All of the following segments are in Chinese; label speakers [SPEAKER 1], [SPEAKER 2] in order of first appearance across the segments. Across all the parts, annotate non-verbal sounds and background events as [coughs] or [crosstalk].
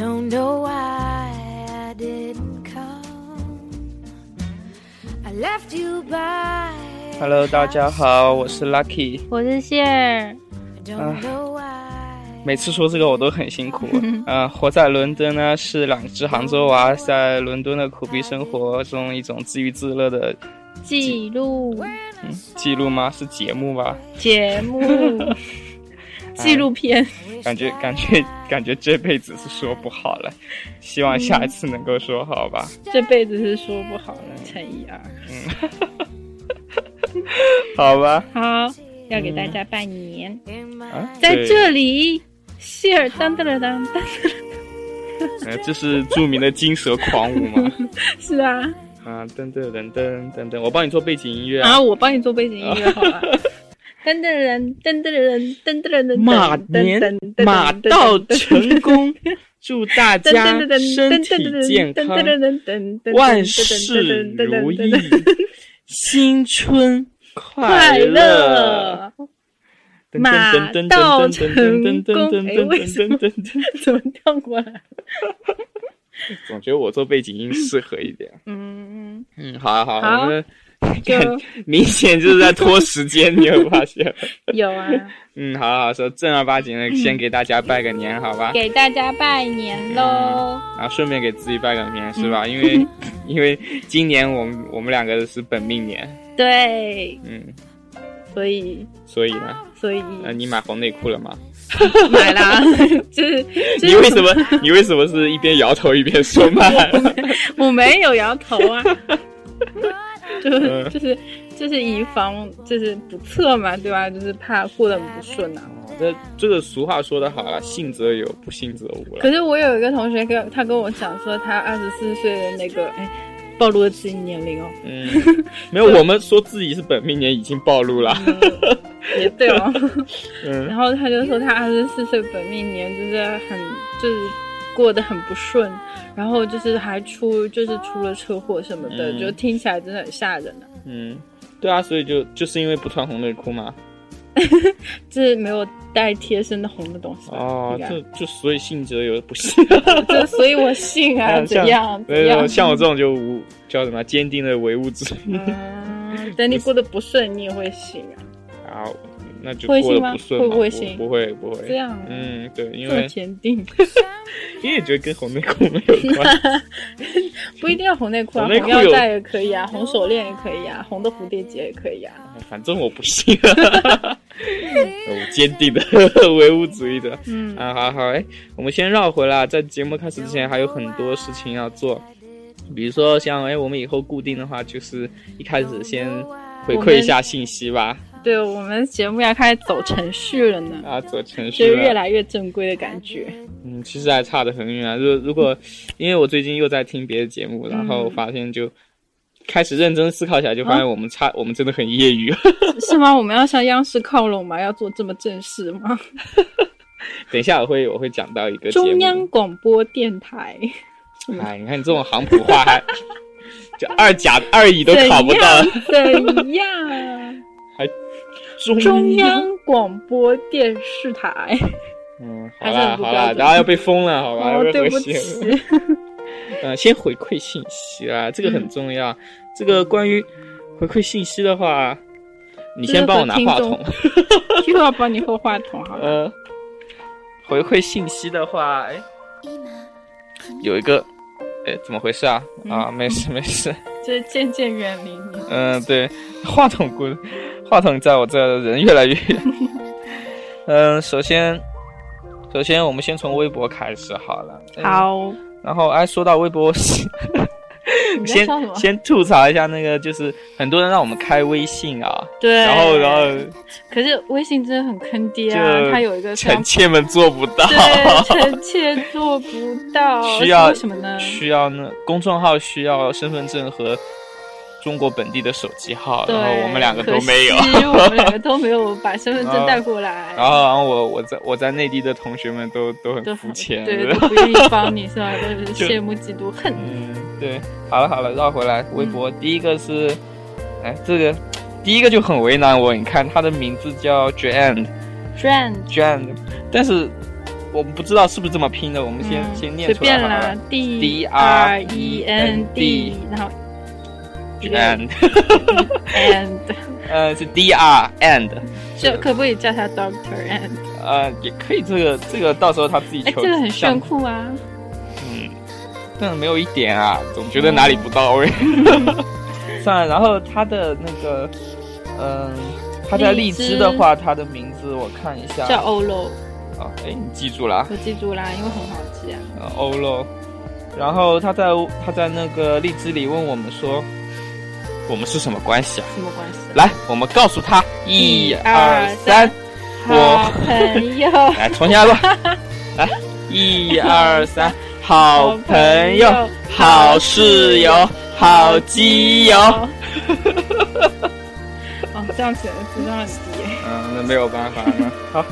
[SPEAKER 1] wonder why I didn't come. I left you by. the
[SPEAKER 2] Hello，大家
[SPEAKER 1] house
[SPEAKER 2] 好，我是 Lucky。
[SPEAKER 3] 我是谢儿，
[SPEAKER 1] I don't know why.
[SPEAKER 2] 每次说这个我都很辛 [laughs] 苦。嗯、活在伦敦呢，是两只杭州娃在伦敦的苦逼生活中一种自娱自乐的
[SPEAKER 3] 记录
[SPEAKER 1] When
[SPEAKER 2] 记录吗？是节目吧？
[SPEAKER 3] 节目纪录片，
[SPEAKER 1] I
[SPEAKER 2] 感
[SPEAKER 1] wish
[SPEAKER 2] 觉
[SPEAKER 1] I
[SPEAKER 2] 感觉 [laughs] 感觉这辈子是说不好了，希望下一次能够说好吧。嗯
[SPEAKER 3] 这辈子是说不好了，乘以二。
[SPEAKER 2] [laughs] 好吧，
[SPEAKER 3] 好，要给大家拜年，
[SPEAKER 1] in my
[SPEAKER 2] 啊，
[SPEAKER 3] 在
[SPEAKER 2] 对
[SPEAKER 3] 这里，谢儿当当当当当，
[SPEAKER 2] 呃，这是著名的金蛇狂舞嘛？
[SPEAKER 3] 是啊，
[SPEAKER 2] 啊，噔噔噔噔噔噔，我帮你做背景音乐啊
[SPEAKER 3] 然后我帮你做背景音乐好吧。噔噔人，噔噔人，噔噔人，噔噔
[SPEAKER 2] 马年马到成功，祝大家身体健康，万事如意，新春快
[SPEAKER 3] 快
[SPEAKER 2] 乐！
[SPEAKER 3] 乐。马到成功哎为什么怎么跳过来？
[SPEAKER 2] 总觉得我做背景音适合一点。
[SPEAKER 3] 嗯，
[SPEAKER 2] 嗯，好啊好啊，
[SPEAKER 3] 好
[SPEAKER 2] 我们 [laughs]
[SPEAKER 3] 就
[SPEAKER 2] 明显就是在拖时间，你有发 [laughs] 现吗？
[SPEAKER 3] 有啊，
[SPEAKER 2] 嗯，好啊好啊，说正儿八经的，先给大家拜个年，好吧？
[SPEAKER 3] 给大家拜年喽！
[SPEAKER 2] 然后顺便给自己拜个年，是吧？因为 [laughs] 因为今年我们我们两个是本命年，
[SPEAKER 3] 对，
[SPEAKER 2] 嗯，
[SPEAKER 3] 所以
[SPEAKER 2] 所以呢，
[SPEAKER 3] 所以
[SPEAKER 2] 呃，你买红内裤了吗？
[SPEAKER 3] 买
[SPEAKER 2] [laughs]
[SPEAKER 3] 啦，就是就是
[SPEAKER 2] 你为什么 [laughs] 你为什么是一边摇头一边说 [laughs] 买？
[SPEAKER 3] 我没有摇头
[SPEAKER 2] [laughs]
[SPEAKER 3] 啊？就是
[SPEAKER 2] 嗯
[SPEAKER 3] 就是就是以防就是不测嘛，对吧？就是怕过得不顺啊。
[SPEAKER 2] 这这个俗话说得好了，信则有，不信则无了
[SPEAKER 3] 可。是我有一个同学跟他跟我讲说，他二十四岁的那个，哎，暴露了自己年龄哦，
[SPEAKER 2] 嗯，没有，我们说自己是本命年已经暴露了。
[SPEAKER 3] 嗯也对哦。
[SPEAKER 2] [laughs] 嗯
[SPEAKER 3] 然后他就说他二十四岁本命年就是很就是过得很不顺，然后就是还出就是出了车祸什么的，
[SPEAKER 2] 嗯
[SPEAKER 3] 就听起来真的很吓人啊。
[SPEAKER 2] 嗯，对啊，所以就就是因为不穿红内裤嘛。
[SPEAKER 3] 就是没有带贴身的红的东西吧
[SPEAKER 2] 哦，
[SPEAKER 3] 应该
[SPEAKER 2] 这就所以信则有，不信 [laughs]
[SPEAKER 3] 这所以我信啊，
[SPEAKER 2] 嗯
[SPEAKER 3] 怎
[SPEAKER 2] 像
[SPEAKER 3] 样
[SPEAKER 2] 没
[SPEAKER 3] 怎
[SPEAKER 2] 有
[SPEAKER 3] 样？
[SPEAKER 2] 像我这种就无叫什么坚定的唯物主义
[SPEAKER 3] 嗯，等你过得不顺，你也会信啊。
[SPEAKER 2] 啊，那就
[SPEAKER 3] 会
[SPEAKER 2] 过
[SPEAKER 3] 信
[SPEAKER 2] 得
[SPEAKER 3] 吗
[SPEAKER 2] 不顺嘛，
[SPEAKER 3] 会不会信
[SPEAKER 2] 不会不会
[SPEAKER 3] 这样啊
[SPEAKER 2] 嗯，对，因
[SPEAKER 3] 这么
[SPEAKER 2] 为
[SPEAKER 3] 坚定，
[SPEAKER 2] 因为觉得跟红内裤没有关
[SPEAKER 3] [laughs]
[SPEAKER 2] 系。
[SPEAKER 3] 不一定要红内裤啊，
[SPEAKER 2] 红
[SPEAKER 3] 红
[SPEAKER 2] 内裤
[SPEAKER 3] 腰
[SPEAKER 2] 有
[SPEAKER 3] 带也可以啊，红手链也可以啊，红的蝴蝶结也可以啊。
[SPEAKER 2] 反正我不信，啊
[SPEAKER 3] [laughs]
[SPEAKER 2] 我坚定的 [laughs] 唯物主义的。
[SPEAKER 3] 嗯
[SPEAKER 2] 啊，好好，哎，我们先绕回来，在节目开始之前还有很多事情要做，比如说像哎，我们以后固定的话就是一开始先回馈一下信息吧，
[SPEAKER 3] 对我们节目要开始走程序了呢，
[SPEAKER 2] 啊，做程
[SPEAKER 3] 就
[SPEAKER 2] 序
[SPEAKER 3] 是越
[SPEAKER 2] 了。
[SPEAKER 3] 来越正规的感觉。
[SPEAKER 2] 嗯，其实还差得很远啊。如如果因为我最近又在听别的节目，然后
[SPEAKER 3] 嗯啊
[SPEAKER 2] 发现就开始认真思考起来，就发现我们差，我们真的很业余。 [laughs]
[SPEAKER 3] 是吗？我们要向央视靠拢吗？要做这么正式吗？
[SPEAKER 2] 等一下我会我会讲到一个节目
[SPEAKER 3] 中央广播电台 [laughs]
[SPEAKER 2] 哎，你看你这种行普话还就二甲二乙都
[SPEAKER 3] 怎
[SPEAKER 2] 考
[SPEAKER 3] 样
[SPEAKER 2] 不到，[laughs]
[SPEAKER 3] 怎样？中央广播电视台。
[SPEAKER 2] 嗯，好
[SPEAKER 3] 还是很
[SPEAKER 2] 啦
[SPEAKER 3] 不
[SPEAKER 2] 好
[SPEAKER 3] 标
[SPEAKER 2] 啦，
[SPEAKER 3] 准
[SPEAKER 2] 然后要被封了，好吧？
[SPEAKER 3] 哦，
[SPEAKER 2] 要被
[SPEAKER 3] 对
[SPEAKER 2] 和
[SPEAKER 3] 不
[SPEAKER 2] 谐
[SPEAKER 3] 起。
[SPEAKER 2] 了。嗯，先回馈信息啦，这个很
[SPEAKER 3] 嗯
[SPEAKER 2] 重要。这个关于回馈信息的话，你
[SPEAKER 3] 这
[SPEAKER 2] 先
[SPEAKER 3] 个
[SPEAKER 2] 帮
[SPEAKER 3] 和
[SPEAKER 2] 我拿
[SPEAKER 3] 听
[SPEAKER 2] 话
[SPEAKER 3] 众
[SPEAKER 2] 筒。
[SPEAKER 3] [laughs] 又要帮你后话筒好了。
[SPEAKER 2] 呃，回馈信息的话，哎，有一个，哎，怎么回事啊？
[SPEAKER 3] 嗯
[SPEAKER 2] 啊，没事 [laughs] 没事。
[SPEAKER 3] 就是渐渐远离你。
[SPEAKER 2] 嗯，对，话筒 [laughs] 故，话筒在我这儿人越来越远。
[SPEAKER 3] [laughs]
[SPEAKER 2] 嗯，首先，首先我们先从微博开始好了。嗯。
[SPEAKER 3] 好，
[SPEAKER 2] 然后哎，说到微博，
[SPEAKER 3] 你在
[SPEAKER 2] 先
[SPEAKER 3] 笑什么？
[SPEAKER 2] 先吐槽一下那个，就是很多人让我们开微信啊，
[SPEAKER 3] 对，啊
[SPEAKER 2] 然后然后
[SPEAKER 3] 可是微信真的很坑爹
[SPEAKER 2] 就
[SPEAKER 3] 啊，它有
[SPEAKER 2] [laughs]
[SPEAKER 3] 一个非
[SPEAKER 2] 臣
[SPEAKER 3] 常
[SPEAKER 2] 妾们做不到，
[SPEAKER 3] 对臣妾做不到，
[SPEAKER 2] 需要
[SPEAKER 3] 为什么呢？
[SPEAKER 2] 需要那公众号需要身份证和中国本地的手机号，
[SPEAKER 3] 对，
[SPEAKER 2] 然后我们两个都没有。啊
[SPEAKER 3] 可惜我们两个都没有把身份证带过来，
[SPEAKER 2] 然后，然后我我在我在内地的同学们都都
[SPEAKER 3] 都
[SPEAKER 2] 很肤浅，
[SPEAKER 3] 对，都不愿意帮你是吧？
[SPEAKER 2] [laughs]
[SPEAKER 3] 都是
[SPEAKER 2] 就
[SPEAKER 3] 羡慕嫉妒恨。
[SPEAKER 2] 嗯，对，好了好了，绕回来微博，
[SPEAKER 3] 嗯
[SPEAKER 2] 第一个是，哎，这个第一个就很为难我，你看他的名字叫 Jan
[SPEAKER 3] Friend，
[SPEAKER 2] Jan，但是我们不知道是不是这么拼的，我们先、
[SPEAKER 3] 嗯
[SPEAKER 2] 先念
[SPEAKER 3] 随
[SPEAKER 2] 出来
[SPEAKER 3] 便
[SPEAKER 2] 好
[SPEAKER 3] 啦
[SPEAKER 2] 了。
[SPEAKER 3] ，D
[SPEAKER 2] D
[SPEAKER 3] R
[SPEAKER 2] R
[SPEAKER 3] E
[SPEAKER 2] E
[SPEAKER 3] N
[SPEAKER 2] N
[SPEAKER 3] D，
[SPEAKER 2] D
[SPEAKER 3] 然后
[SPEAKER 2] and
[SPEAKER 3] and，
[SPEAKER 2] [laughs] 呃是 D R and
[SPEAKER 3] 就可不可以叫他 Doctor and？
[SPEAKER 2] 呃也可以这个这个到时候他自己
[SPEAKER 3] 哎，
[SPEAKER 2] 求
[SPEAKER 3] 这个很
[SPEAKER 2] 像
[SPEAKER 3] 炫酷啊！
[SPEAKER 2] 嗯，但没有一点啊，总觉得哪里不到位。嗯算了，然后他的那个，嗯，他在
[SPEAKER 3] 荔
[SPEAKER 2] 荔
[SPEAKER 3] 枝
[SPEAKER 2] 枝的话，他的名字我看一下。
[SPEAKER 3] 叫欧肉，
[SPEAKER 2] 啊，哎，你记住了啊
[SPEAKER 3] 我记住啦，因为很好记啊。
[SPEAKER 2] 呃欧喽。然后他在他在那个荔枝里问我们说，我们是什么关系啊？
[SPEAKER 3] 什么关系？
[SPEAKER 2] 来，我们告诉他，
[SPEAKER 3] 一
[SPEAKER 2] 一
[SPEAKER 3] 二
[SPEAKER 2] 二三，
[SPEAKER 3] 好朋友，
[SPEAKER 2] 来重新来吧，来，一二三，好朋友，好室友， [laughs] 好基
[SPEAKER 3] [laughs]
[SPEAKER 2] 友。
[SPEAKER 3] 哦，这样子分数很低耶。
[SPEAKER 2] 嗯，那没有办法了。好，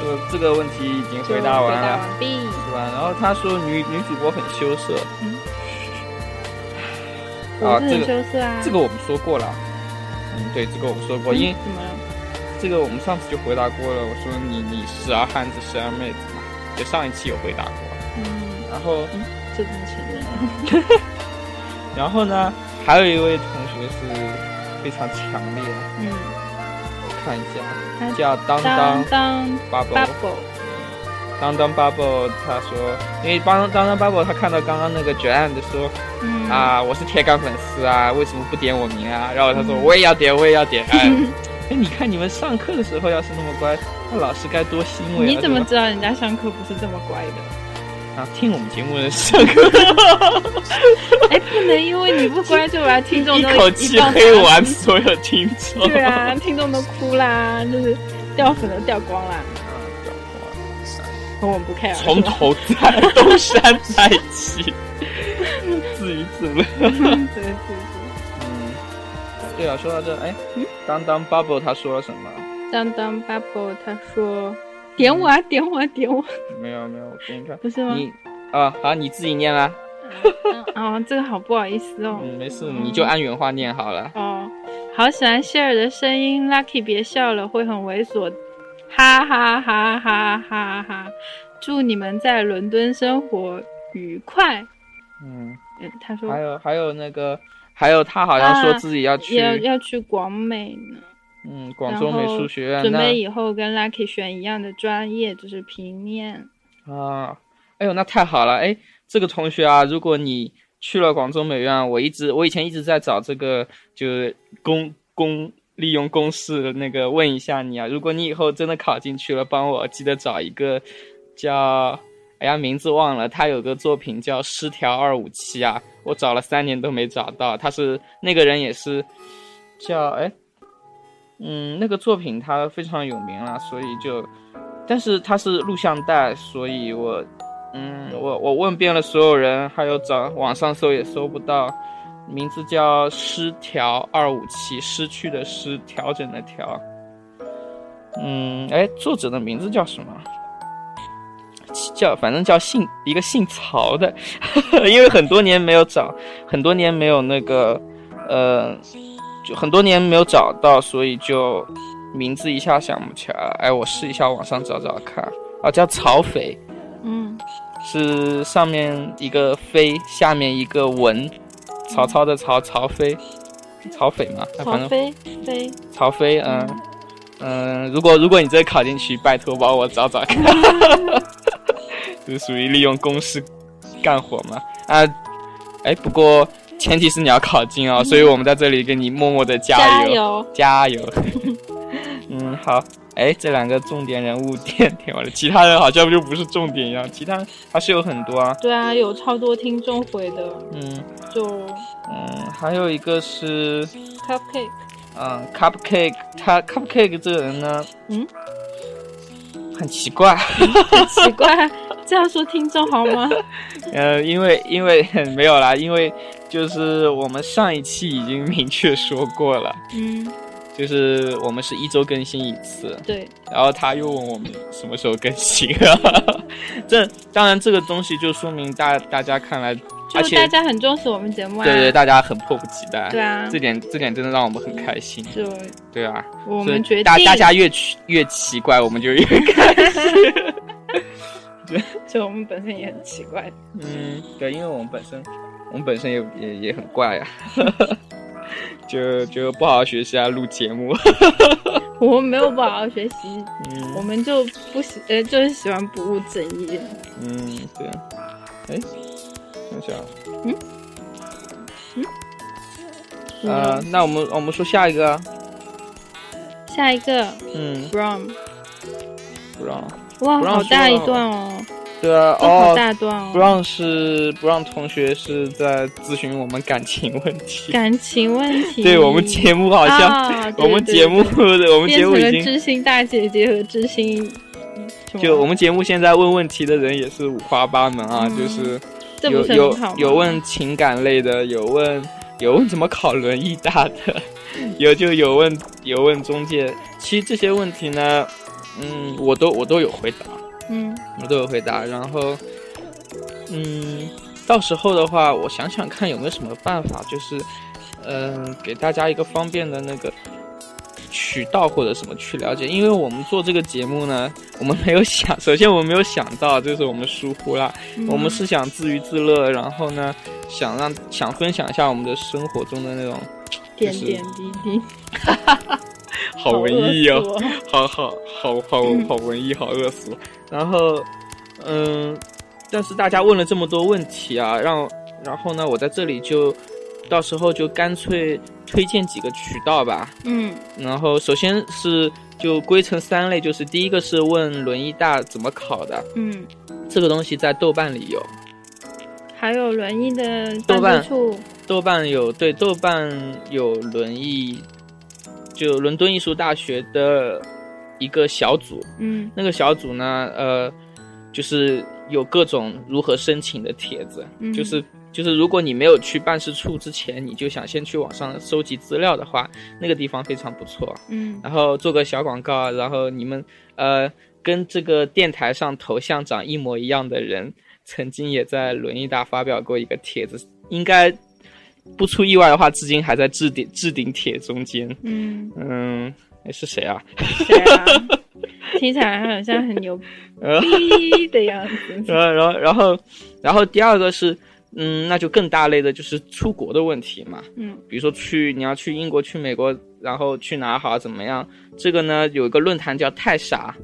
[SPEAKER 2] 这个这个问题已经回答完
[SPEAKER 3] 就回答
[SPEAKER 2] 了，
[SPEAKER 3] 完毕。
[SPEAKER 2] 是吧？然后他说女女主播很羞涩，
[SPEAKER 3] 我
[SPEAKER 2] 啊
[SPEAKER 3] 是
[SPEAKER 2] 这
[SPEAKER 3] 很
[SPEAKER 2] 个
[SPEAKER 3] 羞涩啊。
[SPEAKER 2] 这个我们说过了。嗯，对，这个我们说过，因为
[SPEAKER 3] 嗯怎么了？
[SPEAKER 2] 这个我们上次就回答过了。我说你你时而汉子，时而妹子嘛，就上一期有回答过。
[SPEAKER 3] 嗯，
[SPEAKER 2] 然后
[SPEAKER 3] 这怎么承认啊？
[SPEAKER 2] 然后呢，还有一位同学是非常强烈，
[SPEAKER 3] 嗯，
[SPEAKER 2] 我看一下，
[SPEAKER 3] 他
[SPEAKER 2] 叫当
[SPEAKER 3] 当
[SPEAKER 2] 嗯当哦
[SPEAKER 3] 当
[SPEAKER 2] bubble。
[SPEAKER 3] bubble，
[SPEAKER 2] 当当 bubble 他说，因为当当当 bubble 他看到刚刚那个 Joanne 说。
[SPEAKER 3] 嗯，
[SPEAKER 2] 啊，我是铁杆粉丝啊，为什么不点我名啊？然后他说我也要点，我也要点。哎，哎，你看你们上课的时候要是那么乖，那老师该多欣慰啊！
[SPEAKER 3] 你怎么
[SPEAKER 2] 对吧
[SPEAKER 3] 知道人家上课不是这么乖的？ [laughs]
[SPEAKER 2] 啊？听我们节目的上课
[SPEAKER 3] 哎，不能因为你不乖就把听
[SPEAKER 2] [laughs]
[SPEAKER 3] 众
[SPEAKER 2] 一
[SPEAKER 3] 都
[SPEAKER 2] 口气
[SPEAKER 3] 棒打
[SPEAKER 2] 黑完所有听众。
[SPEAKER 3] 对啊，听众都哭啦，就是掉粉都掉光啦。
[SPEAKER 2] 啊
[SPEAKER 3] 我们不
[SPEAKER 2] [laughs]
[SPEAKER 3] care，
[SPEAKER 2] 从
[SPEAKER 3] 是吧
[SPEAKER 2] 头再东山再起，自娱自乐。
[SPEAKER 3] [laughs] 对对对，
[SPEAKER 2] 嗯，对啊，说到这，哎，当当 bubble 他说了什么？
[SPEAKER 3] 当当 bubble 他说点我啊点我啊点我，
[SPEAKER 2] 没有没有，我给你看，
[SPEAKER 3] 不是吗？
[SPEAKER 2] 你啊，好，你自己念啦。
[SPEAKER 3] 嗯哦，这个好不好意思哦。
[SPEAKER 2] 嗯，没事，你就按原话念好了。
[SPEAKER 3] 哦，好喜欢谢尔的声音，Lucky 别笑了，会很猥琐，哈哈哈哈哈哈！祝你们在伦敦生活愉快。
[SPEAKER 2] 嗯，
[SPEAKER 3] 嗯，他说
[SPEAKER 2] 还有还有那个，还有他好像说自己要去、
[SPEAKER 3] 要要去广美呢，
[SPEAKER 2] 嗯广州美术学院
[SPEAKER 3] 准
[SPEAKER 2] 那
[SPEAKER 3] 备以后跟 Lucky 选一样的专业，就是平面。
[SPEAKER 2] 啊，哎呦那太好了哎，这个同学啊，如果你去了广州美院，啊我一直我以前一直在找这个就是公公利用公式的那个问一下你啊，如果你以后真的考进去了，帮我记得找一个叫。哎呀，名字忘了，他有个作品叫《失调二五七》啊，我找了三年都没找到。他是那个人也是叫哎，嗯，那个作品它非常有名了，所以就，但是它是录像带，所以我，嗯，我我问遍了所有人，还有找网上搜也搜不到，名字叫失调二五七，失去的失，调整的调。嗯，哎，作者的名字叫什么？叫反正叫姓一个姓曹的， [laughs] 因为很多年没有找，很多年没有那个，呃，就很多年没有找到，所以就名字一下想不起来了。哎，我试一下网上找找看啊，叫曹斐，
[SPEAKER 3] 嗯，
[SPEAKER 2] 是上面一个飞，下面一个文，曹操的曹，曹飞，曹斐嘛，哎反
[SPEAKER 3] 曹
[SPEAKER 2] 正
[SPEAKER 3] 飞飞，
[SPEAKER 2] 曹飞，嗯嗯，如果如果你真的考进去，拜托帮我找找看， [laughs] 就属于利用公式干活嘛。啊，哎，不过前提是你要考进哦，所以我们在这里给你默默的加
[SPEAKER 3] 加
[SPEAKER 2] 油，
[SPEAKER 3] 油！
[SPEAKER 2] 加油。 [laughs] 嗯，好，哎，这两个重点人物点点完了，其他人好像就不是重点一样，其他还是有很多啊。
[SPEAKER 3] 对啊，有超多听众回的，
[SPEAKER 2] 嗯
[SPEAKER 3] 就
[SPEAKER 2] 嗯，还有一个是
[SPEAKER 3] Cupcake。 [laughs]
[SPEAKER 2] 嗯，Cupcake，他 Cupcake 这个人呢，
[SPEAKER 3] 嗯，
[SPEAKER 2] 很奇怪， [laughs]
[SPEAKER 3] 奇怪，这样说听众好吗？
[SPEAKER 2] 呃，因为因为 [laughs] 没有啦，因为就是我们上一期已经明确说过了，
[SPEAKER 3] 嗯，
[SPEAKER 2] 就是我们是一周更新一次，
[SPEAKER 3] 对，
[SPEAKER 2] 然后他又问我们什么时候更新，啊 [laughs] 这当然这个东西就说明大大家看来，而
[SPEAKER 3] 就
[SPEAKER 2] 且
[SPEAKER 3] 大家很重视我们节目啊。
[SPEAKER 2] 对对，大家很迫不及待，
[SPEAKER 3] 对啊
[SPEAKER 2] 这点这点真的让我们很开心，
[SPEAKER 3] 就
[SPEAKER 2] 对啊，
[SPEAKER 3] 我
[SPEAKER 2] 所以
[SPEAKER 3] 们决定， [laughs]
[SPEAKER 2] 大大家越奇越奇怪，我们就越开心。对，
[SPEAKER 3] 就我们本身也很奇怪。
[SPEAKER 2] 嗯，对，因为我们本身，我们本身也也也很怪呀、啊， [laughs] 就就不好好学习啊，录节目。
[SPEAKER 3] 我们没有不好好学习，
[SPEAKER 2] 嗯
[SPEAKER 3] 我们就不喜呃，就是喜欢不务正业。
[SPEAKER 2] 嗯，对。哎，等一下啊。
[SPEAKER 3] 嗯嗯
[SPEAKER 2] 呃，那我们我们说下一个啊。
[SPEAKER 3] 下一个
[SPEAKER 2] 嗯，
[SPEAKER 3] from，
[SPEAKER 2] 不让。
[SPEAKER 3] 哇，
[SPEAKER 2] 不让
[SPEAKER 3] 好大
[SPEAKER 2] 说
[SPEAKER 3] 一
[SPEAKER 2] 了
[SPEAKER 3] 段哦，
[SPEAKER 2] 对啊，
[SPEAKER 3] 都好
[SPEAKER 2] 哦，
[SPEAKER 3] 大段哦。
[SPEAKER 2] 不让是不让同学是在咨询我们感情问题。
[SPEAKER 3] 感情问题，
[SPEAKER 2] [laughs] 对我们节目好像，
[SPEAKER 3] 啊
[SPEAKER 2] [laughs]
[SPEAKER 3] 对
[SPEAKER 2] 我们
[SPEAKER 3] 对
[SPEAKER 2] 节目，我们
[SPEAKER 3] 变
[SPEAKER 2] 节
[SPEAKER 3] 成
[SPEAKER 2] 目
[SPEAKER 3] 了
[SPEAKER 2] 已经
[SPEAKER 3] 知心大姐姐和知心，嗯什么
[SPEAKER 2] 就我们节目现在问问题的人也是五花八门啊，
[SPEAKER 3] 嗯
[SPEAKER 2] 就是
[SPEAKER 3] 这不
[SPEAKER 2] 有
[SPEAKER 3] 是
[SPEAKER 2] 有
[SPEAKER 3] 很好吗
[SPEAKER 2] 有问情感类的，有问有问怎么考轮艺大的，有就有问有问中介。其实这些问题呢，嗯，我都我都有回答，
[SPEAKER 3] 嗯
[SPEAKER 2] 我都有回答。然后，嗯，到时候的话，我想想看有没有什么办法，就是嗯、给大家一个方便的那个。渠道或者什么去了解，因为我们做这个节目呢，我们没有想，首先我们没有想到，这是我们疏忽啦，
[SPEAKER 3] 嗯
[SPEAKER 2] 我们是想自娱自乐，然后呢，想让想分享一下我们的生活中的那种
[SPEAKER 3] 点
[SPEAKER 2] 就是
[SPEAKER 3] 点滴滴，
[SPEAKER 2] 好文艺
[SPEAKER 3] 恶
[SPEAKER 2] 哦，
[SPEAKER 3] 俗哦，
[SPEAKER 2] 好好好好好文艺，好恶俗。然后，嗯，但是大家问了这么多问题啊，让然后呢，我在这里就到时候就干脆推荐几个渠道吧。
[SPEAKER 3] 嗯
[SPEAKER 2] 然后首先是就归成三类，就是第一个是问轮椅大怎么考的，
[SPEAKER 3] 嗯，
[SPEAKER 2] 这个东西在豆瓣里有。
[SPEAKER 3] 还有轮椅的
[SPEAKER 2] 豆瓣
[SPEAKER 3] 办事处，
[SPEAKER 2] 豆瓣有对豆瓣有轮艺，就伦敦艺术大学的一个小组，
[SPEAKER 3] 嗯
[SPEAKER 2] 那个小组呢，呃，就是有各种如何申请的帖子，
[SPEAKER 3] 嗯
[SPEAKER 2] 就是就是如果你没有去办事处之前，你就想先去网上收集资料的话，那个地方非常不错。
[SPEAKER 3] 嗯
[SPEAKER 2] 然后做个小广告，啊然后你们呃跟这个电台上头像长一模一样的人，曾经也在轮椅大发表过一个帖子，应该不出意外的话，至今还在置顶置顶帖中间。 [laughs]
[SPEAKER 3] 嗯，
[SPEAKER 2] 嗯，诶是谁啊？
[SPEAKER 3] 对啊，听起来好像很
[SPEAKER 2] [laughs]
[SPEAKER 3] 牛
[SPEAKER 2] 呃，
[SPEAKER 3] 逼的样子，
[SPEAKER 2] [laughs] 然后然后然后然后第二个是。嗯，那就更大类的就是出国的问题嘛，
[SPEAKER 3] 嗯
[SPEAKER 2] 比如说去你要去英国、去美国，然后去哪好怎么样？这个呢有一个论坛叫太傻，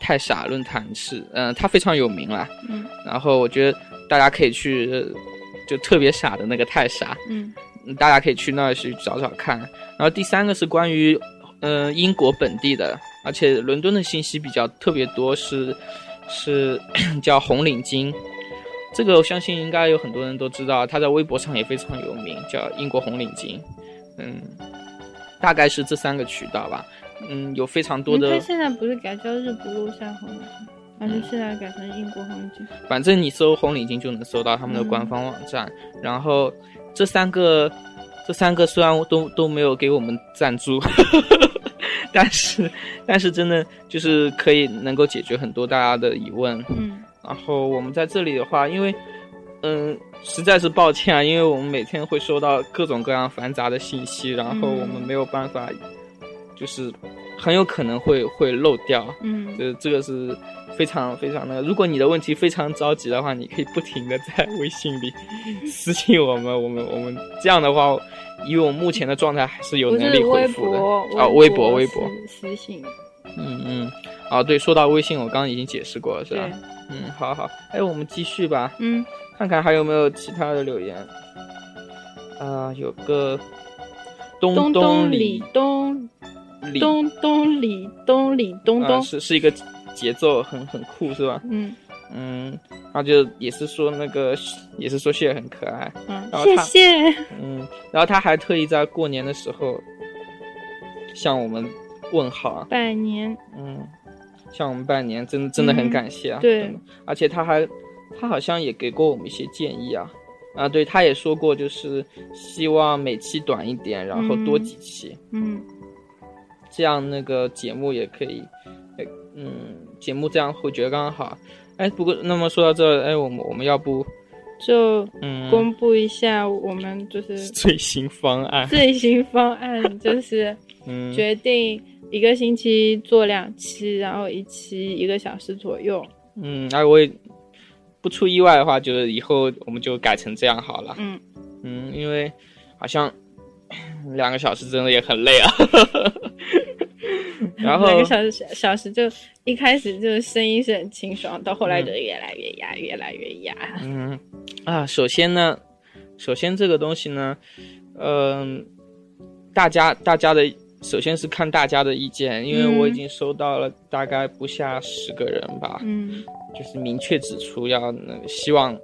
[SPEAKER 2] 太傻论坛是，嗯、它非常有名啦。
[SPEAKER 3] 嗯
[SPEAKER 2] 然后我觉得大家可以去，呃就特别傻的那个太傻，
[SPEAKER 3] 嗯
[SPEAKER 2] 大家可以去那儿去找找看。然后第三个是关于，嗯、英国本地的，而且伦敦的信息比较特别多，是是 [coughs] 叫红领巾。这个我相信应该有很多人都知道，它在微博上也非常有名，叫英国红领巾。嗯，大概是这三个渠道吧。嗯，有非常多嗯
[SPEAKER 3] 嗯
[SPEAKER 2] 的
[SPEAKER 3] 他，现在不是改叫日不落下红领巾，而是现在改成英国红领巾，
[SPEAKER 2] 反正你搜红领巾就能搜到他们的官方网站。然后这三个，这三个虽然都都没有给我们赞助， [laughs] 但是但是真的就是可以能够解决很多大家的疑问。
[SPEAKER 3] 嗯
[SPEAKER 2] 然后我们在这里的话，因为，嗯，实在是抱歉啊，因为我们每天会收到各种各样繁杂的信息，然后我们没有办法，就是很有可能会会漏掉，
[SPEAKER 3] 嗯。
[SPEAKER 2] 这这个是非常非常那个。如果你的问题非常着急的话，你可以不停的在微信里私信我们，我们我们这样的话，以我目前的状态还是有
[SPEAKER 3] 不
[SPEAKER 2] 能
[SPEAKER 3] 是
[SPEAKER 2] 力回
[SPEAKER 3] 微
[SPEAKER 2] 复的。
[SPEAKER 3] 博
[SPEAKER 2] 啊微博微博
[SPEAKER 3] 私私信，
[SPEAKER 2] 嗯嗯，啊对，说到微信，我刚刚已经解释过了，是吧
[SPEAKER 3] 对？，
[SPEAKER 2] 嗯，好好，哎，我们继续吧。
[SPEAKER 3] 嗯
[SPEAKER 2] 看看还有没有其他的留言。啊、有个东
[SPEAKER 3] 东
[SPEAKER 2] 东
[SPEAKER 3] 东里东
[SPEAKER 2] 里
[SPEAKER 3] 东东里东里东
[SPEAKER 2] 啊
[SPEAKER 3] 东，
[SPEAKER 2] 是是一个节奏很很酷是吧？
[SPEAKER 3] 嗯
[SPEAKER 2] 嗯，他就也是说那个也是说谢很可爱，
[SPEAKER 3] 嗯
[SPEAKER 2] 然，后
[SPEAKER 3] 谢
[SPEAKER 2] 他
[SPEAKER 3] 谢，
[SPEAKER 2] 嗯，然后他还特意在过年的时候向我们问好啊，
[SPEAKER 3] 百年，
[SPEAKER 2] 嗯，向我们拜年，真的真的很
[SPEAKER 3] 嗯
[SPEAKER 2] 感谢啊。
[SPEAKER 3] 对
[SPEAKER 2] 真的，而且他还他好像也给过我们一些建议啊。啊，对，他也说过，就是希望每期短一点，然后多
[SPEAKER 3] 嗯
[SPEAKER 2] 几期，
[SPEAKER 3] 嗯
[SPEAKER 2] 这样那个节目也可以，哎，嗯，节目这样会觉得刚刚好。哎，不过那么说到这儿，哎，我们我们要不，
[SPEAKER 3] 就
[SPEAKER 2] 嗯，
[SPEAKER 3] 公布一下我们就是 [laughs]
[SPEAKER 2] 最新方案，
[SPEAKER 3] 最新方案，就是
[SPEAKER 2] 嗯，
[SPEAKER 3] 决定一个星期做两期，然后一期一个小时左右。
[SPEAKER 2] 嗯，那我也不出意外的话，就是以后我们就改成这样好了。
[SPEAKER 3] 嗯
[SPEAKER 2] 嗯，因为好像两个小时真的也很
[SPEAKER 3] [laughs]
[SPEAKER 2] 累啊。然后
[SPEAKER 3] 嗯两个小时小时就一开始就是声音是很清爽，到后来就越来越哑，越来越哑。
[SPEAKER 2] 嗯啊，首先呢，首先这个东西呢，嗯、大家大家的首先是看大家的意见，因为我已经收到了大概不下十个人吧，
[SPEAKER 3] 嗯
[SPEAKER 2] 就是明确指出要那个希望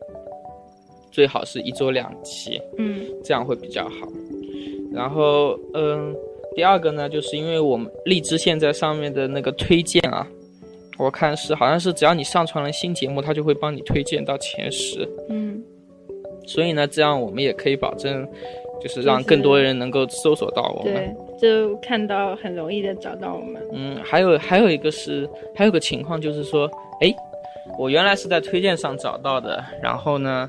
[SPEAKER 2] 最好是一周两期，
[SPEAKER 3] 嗯
[SPEAKER 2] 这样会比较好。然后嗯，第二个呢，就是因为我们荔枝现在上面的那个推荐啊。我看是好像是只要你上传了新节目，它就会帮你推荐到前十。
[SPEAKER 3] 嗯，
[SPEAKER 2] 所以呢，这样我们也可以保证，就是让
[SPEAKER 3] 就是
[SPEAKER 2] 更多人能够搜索到我们。
[SPEAKER 3] 对，就看到很容易的找到我们。
[SPEAKER 2] 嗯，还有还有一个是，还有个情况就是说，哎，我原来是在推荐上找到的，然后呢，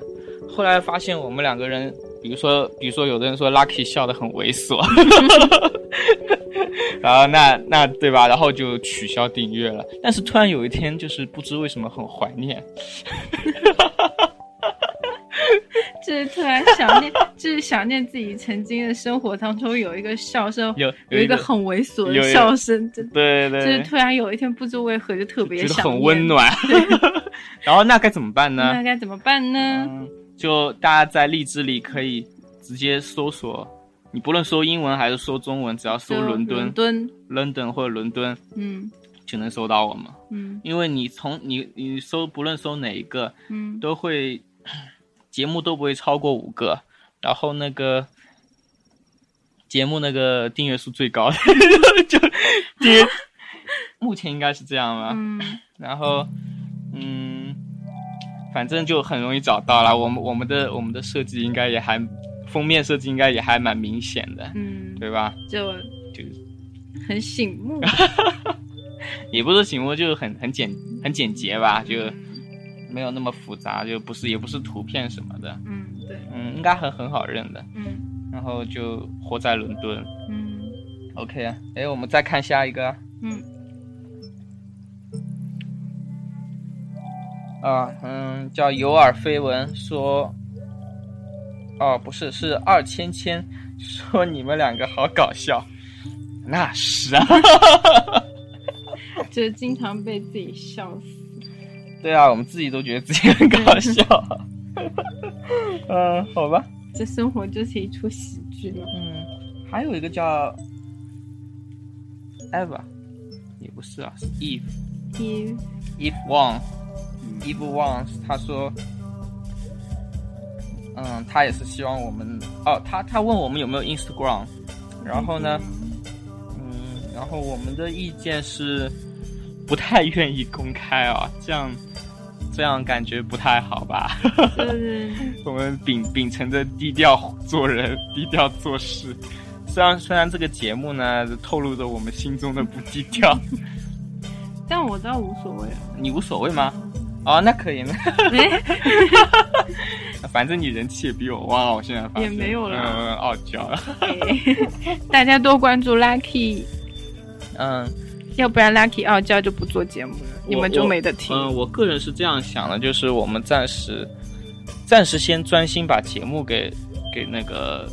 [SPEAKER 2] 后来发现我们两个人，比如说，比如说有的人说 Lucky 笑得很猥琐， [laughs] 然后那那对吧，然后就取消订阅了。但是突然有一天，就是不知为什么很怀念，
[SPEAKER 3] 就是突然想念， [laughs] 就是想念自己曾经的生活当中有一个笑声，
[SPEAKER 2] 有
[SPEAKER 3] 有
[SPEAKER 2] 一
[SPEAKER 3] 一
[SPEAKER 2] 个
[SPEAKER 3] 个很猥
[SPEAKER 2] 有
[SPEAKER 3] 琐的
[SPEAKER 2] 一个
[SPEAKER 3] 笑声，就
[SPEAKER 2] 对
[SPEAKER 3] 就
[SPEAKER 2] 对
[SPEAKER 3] 是
[SPEAKER 2] 对
[SPEAKER 3] 突然有一天不知为何就特别
[SPEAKER 2] 觉得
[SPEAKER 3] 想
[SPEAKER 2] 很
[SPEAKER 3] 念
[SPEAKER 2] 温。暖。 [laughs] 然后那该怎么办呢？
[SPEAKER 3] 那该怎么办呢？
[SPEAKER 2] 嗯，就大家在荔枝里可以直接搜索，你不论搜英文还是搜中文，只要搜
[SPEAKER 3] 就
[SPEAKER 2] 伦
[SPEAKER 3] 伦
[SPEAKER 2] 敦、
[SPEAKER 3] 敦，
[SPEAKER 2] London 或者伦敦，
[SPEAKER 3] 嗯
[SPEAKER 2] 就能搜到我们。
[SPEAKER 3] 嗯
[SPEAKER 2] 因为你从你你搜，不论搜哪一个，
[SPEAKER 3] 嗯，
[SPEAKER 2] 都会 [coughs] 节目都不会超过五个，然后那个节目那个订阅数最高的 [laughs] 就订阅，目前应该是这样吧。
[SPEAKER 3] 嗯，
[SPEAKER 2] 然后，嗯，反正就很容易找到了。我们我们的我们的设计应该也还，封面设计应该也还蛮明显的，
[SPEAKER 3] 嗯，
[SPEAKER 2] 对吧？
[SPEAKER 3] 就
[SPEAKER 2] 就
[SPEAKER 3] 很醒目。
[SPEAKER 2] 也不是醒目，就是很很简很简洁吧，就
[SPEAKER 3] 嗯
[SPEAKER 2] 没有那么复杂，就不是也不是图片什么的，
[SPEAKER 3] 嗯，对，
[SPEAKER 2] 嗯，应该很很好认的。
[SPEAKER 3] 嗯
[SPEAKER 2] 然后就活在伦敦
[SPEAKER 3] 嗯
[SPEAKER 2] ，OK 啊。哎，我们再看下一个啊
[SPEAKER 3] 嗯
[SPEAKER 2] 啊，嗯，叫有耳绯闻说，哦，不是，是二芊芊说你们两个好搞笑，那是啊， [laughs]
[SPEAKER 3] 就是经常被自己笑死。
[SPEAKER 2] 对啊，我们自己都觉得自己很搞笑， [laughs] 嗯，好吧，
[SPEAKER 3] 这生活就是一出喜剧嘛。
[SPEAKER 2] 嗯，还有一个叫 Eva，也不是啊，是 Eve。
[SPEAKER 3] 一
[SPEAKER 2] Eve Wang。Eve Wang，他说，嗯，他也是希望我们，哦，他他问我们有没有 Instagram，然后呢，嗯，然后我们的意见是不太愿意公开啊，这样这样感觉不太好吧？ [laughs]
[SPEAKER 3] 就是
[SPEAKER 2] 我们秉秉承着低调做人、低调做事。虽然虽然这个节目呢透露着我们心中的不低调， [laughs]
[SPEAKER 3] 但我倒无所谓了。
[SPEAKER 2] 你无所谓吗？哦，那可以，那
[SPEAKER 3] 哎，
[SPEAKER 2] 反正你人气也比我旺，我现在发现
[SPEAKER 3] 也没有了
[SPEAKER 2] 嗯，傲娇了，
[SPEAKER 3] 大家多关注 Lucky，
[SPEAKER 2] 嗯
[SPEAKER 3] 要不然 Lucky 傲娇就不做节目了，你们就没得听。
[SPEAKER 2] 嗯，我个人是这样想的，就是我们暂时，暂时先专心把节目给给那个，